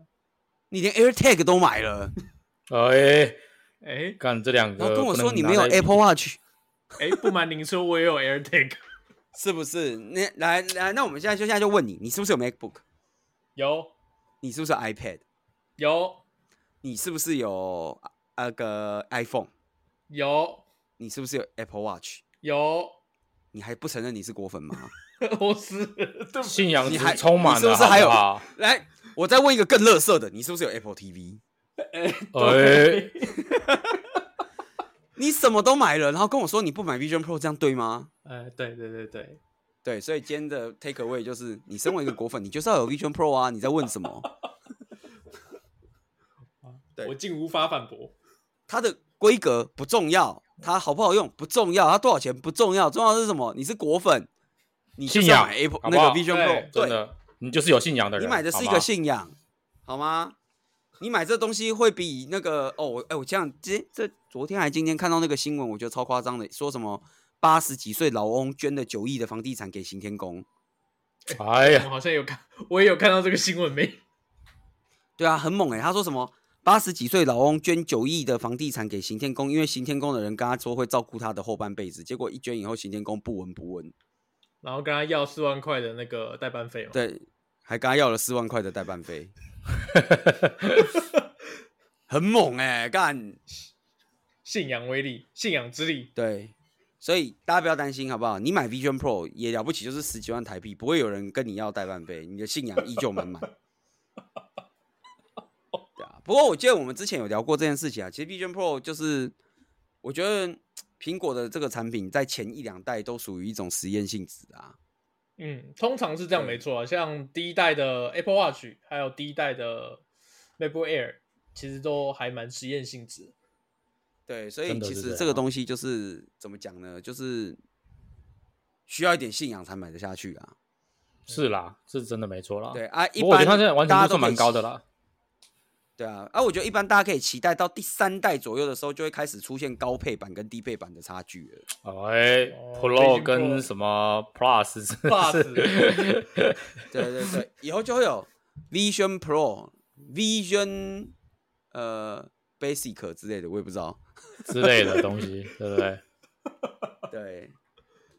Speaker 2: 你连 AirTag 都买了，
Speaker 3: 哎，
Speaker 1: 哎
Speaker 3: 干这两
Speaker 2: 然后
Speaker 3: 个，
Speaker 2: 跟我说你没有 Apple。Watch，
Speaker 1: 哎，不瞒您说，我也有 AirTag，
Speaker 2: 是不是？那来来，那我们现在就现在就问你，你是不是有 MacBook？
Speaker 1: 有
Speaker 2: 你是不是有 iPad？
Speaker 1: 有
Speaker 2: 你是不是有那个 iPhone？
Speaker 1: 有
Speaker 2: 你是不是有 Apple Watch？
Speaker 1: 有，
Speaker 2: 你还不承认你是果粉吗？
Speaker 1: 我是对不起
Speaker 3: 信仰
Speaker 2: 你
Speaker 3: 值
Speaker 2: 还
Speaker 3: 充满了，
Speaker 2: 你是不是还有
Speaker 3: 好
Speaker 2: 来，我再问一个更乐色的，你是不是有 Apple TV？
Speaker 3: 不好哎，
Speaker 2: 你什么都买了，然后跟我说你不买 Vision Pro，这样对吗？
Speaker 1: 哎，对对对对，
Speaker 2: 对，所以今天的 take away 就是，你身为一个果粉，你就是要有 Vision Pro 啊！你在问什么？对
Speaker 1: 我竟无法反驳。
Speaker 2: 它的规格不重要，它好不好用不重要，它多少钱不重要，重要的是什么？你是果粉，你就是
Speaker 3: 信
Speaker 2: 要
Speaker 3: 仰
Speaker 2: 买 Apple
Speaker 3: 好不
Speaker 2: 那
Speaker 3: 好
Speaker 2: 个 Vision
Speaker 1: 对
Speaker 2: Pro，
Speaker 3: 真
Speaker 2: 对，
Speaker 3: 的，你就是有信仰的人。
Speaker 2: 你买的是一
Speaker 3: 好吗
Speaker 2: 个信仰，好吗？你买这东西会比那个哦，我哎、我这样，这这昨天还今天看到那个新闻，我觉得超夸张的，说什么八十几岁老翁捐了九亿的房地产给行天宫。
Speaker 3: 哎
Speaker 1: 我
Speaker 3: 呀，
Speaker 1: 好像有看，我也有看到这个新闻没？
Speaker 2: 对啊，很猛哎、他说什么八十几岁老翁捐九亿的房地产给行天宫，因为行天宫的人跟他说会照顾他的后半辈子，结果一捐以后，行天宫不闻不问，
Speaker 1: 然后跟他要四万块的那个代办费嘛。
Speaker 2: 对，还跟他要了四万块的代办费，很猛哎、干，
Speaker 1: 信仰威力，信仰之力。
Speaker 2: 对。所以大家不要担心，好不好？你买 Vision Pro 也了不起，就是十几万台币，不会有人跟你要代办费，你的信仰依旧满满。对啊，不过我记得我们之前有聊过这件事情啊。其实 Vision Pro 就是，我觉得苹果的这个产品在前一两代都属于一种实验性质啊。
Speaker 1: 嗯，通常是这样，
Speaker 2: 对
Speaker 1: 没错啊。像第一代的 Apple Watch，还有第一代的 MacBook Air，其实都还蛮实验性质。
Speaker 2: 对，所
Speaker 3: 真
Speaker 2: 以
Speaker 3: 的
Speaker 2: 其
Speaker 3: 是
Speaker 2: 实
Speaker 3: 这
Speaker 2: 这个
Speaker 3: 样
Speaker 2: 东西就是怎么讲呢？就是需要一点信仰才买得下去啊。
Speaker 3: 是啦，是真的没错啦。
Speaker 2: 对，啊，一
Speaker 3: 不过我
Speaker 2: 般
Speaker 3: 觉得它现在完
Speaker 2: 大家
Speaker 3: 成度
Speaker 2: 都
Speaker 3: 算
Speaker 2: 可以
Speaker 3: 蛮高的
Speaker 2: 期
Speaker 3: 啦。
Speaker 2: 对啊，啊，我觉得一般大家可以期待到第三代左右的时候，就会开始出现高配版跟低配版的差距了。
Speaker 3: 哎
Speaker 1: 哦
Speaker 3: ，Pro
Speaker 1: Vision Pro
Speaker 3: 跟什么 Plus 是
Speaker 1: Plus
Speaker 2: 对对对，以后就会有 Vision Pro、Vision 呃 Basic 之类的，我也不知道。
Speaker 3: 之类的东西，对不对？
Speaker 2: 对，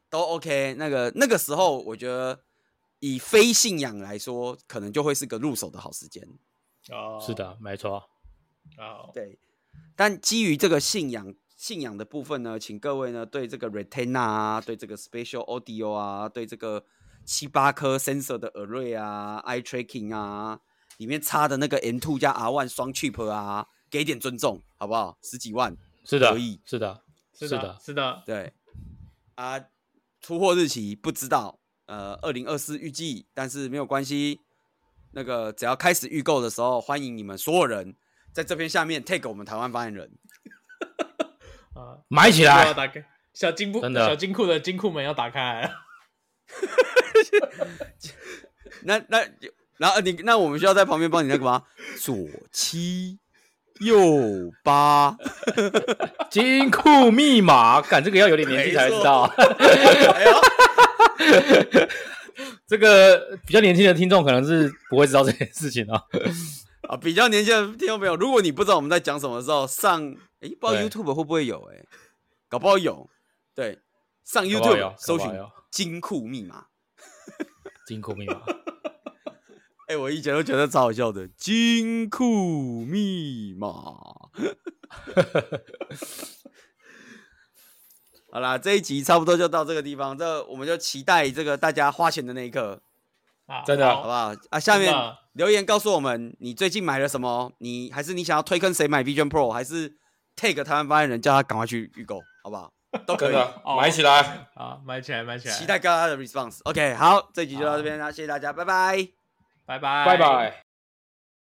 Speaker 2: 都 OK。那个那个时候，我觉得以非信仰来说，可能就会是个入手的好时间。
Speaker 1: 哦，
Speaker 3: 是的，没错。
Speaker 1: 啊，
Speaker 2: 对，但基于这个信仰信仰的部分呢，请各位呢对这个 Retina 啊，对这个 Spatial Audio 啊，对这个七八颗 sensor 的 array 啊，eye tracking 啊，里面插的那个 M two 加 R one 双 chip 啊，给点尊重好不好？十几万，
Speaker 3: 是的
Speaker 2: 可以，
Speaker 3: 是的，
Speaker 1: 是
Speaker 3: 是
Speaker 1: 的
Speaker 3: 的，
Speaker 1: 是的，
Speaker 2: 对啊，出货日期不知道，呃，二零二四预计，但是没有关系。那个只要开始预购的时候，欢迎你们所有人在这篇下面 take 我们台湾发言人。
Speaker 1: 啊，
Speaker 3: 买起
Speaker 1: 要
Speaker 3: 来。
Speaker 1: 打开小金库，
Speaker 3: 哎真的
Speaker 1: 小金库的金库门要打开来了。
Speaker 2: 那那然后你那我们需要在旁边帮你那个吗？ 左七右八，
Speaker 3: 金库密码，干这个要有点 年纪才知道。
Speaker 2: 哎呦，
Speaker 3: 这个比较年轻的听众可能是不会知道这件事情啊。
Speaker 2: 啊，比较年轻的听众朋友，如果你不知道我们在讲什么的时候，上哎、不知道
Speaker 3: 对
Speaker 2: YouTube 会不会有哎、搞不好有，对，上
Speaker 3: 搞不好
Speaker 2: YouTube
Speaker 3: 有
Speaker 2: 搜寻
Speaker 3: 搞不好有
Speaker 2: 金库密码，
Speaker 3: 金库密码，
Speaker 2: 哎、我以前都觉得超好笑的，金库密码。好啦，这一集差不多就到这个地方，这我们就期待这个大家花钱的那一刻，
Speaker 1: 啊，
Speaker 3: 真的
Speaker 2: 好
Speaker 1: 好
Speaker 2: 不好？啊，下面
Speaker 1: 真的
Speaker 2: 留言告诉我们你最近买了什么，你还是你想要推跟谁买 Vision Pro，还是 take 台湾发言人叫他赶快去预购，好不好？都可以。
Speaker 1: 哦
Speaker 3: 买起来，
Speaker 1: 啊，买起来，买起来，
Speaker 2: 期待，大家的 response。OK，好，这集就到这边啦，谢谢大家，拜拜。
Speaker 1: 拜拜，
Speaker 3: 拜拜。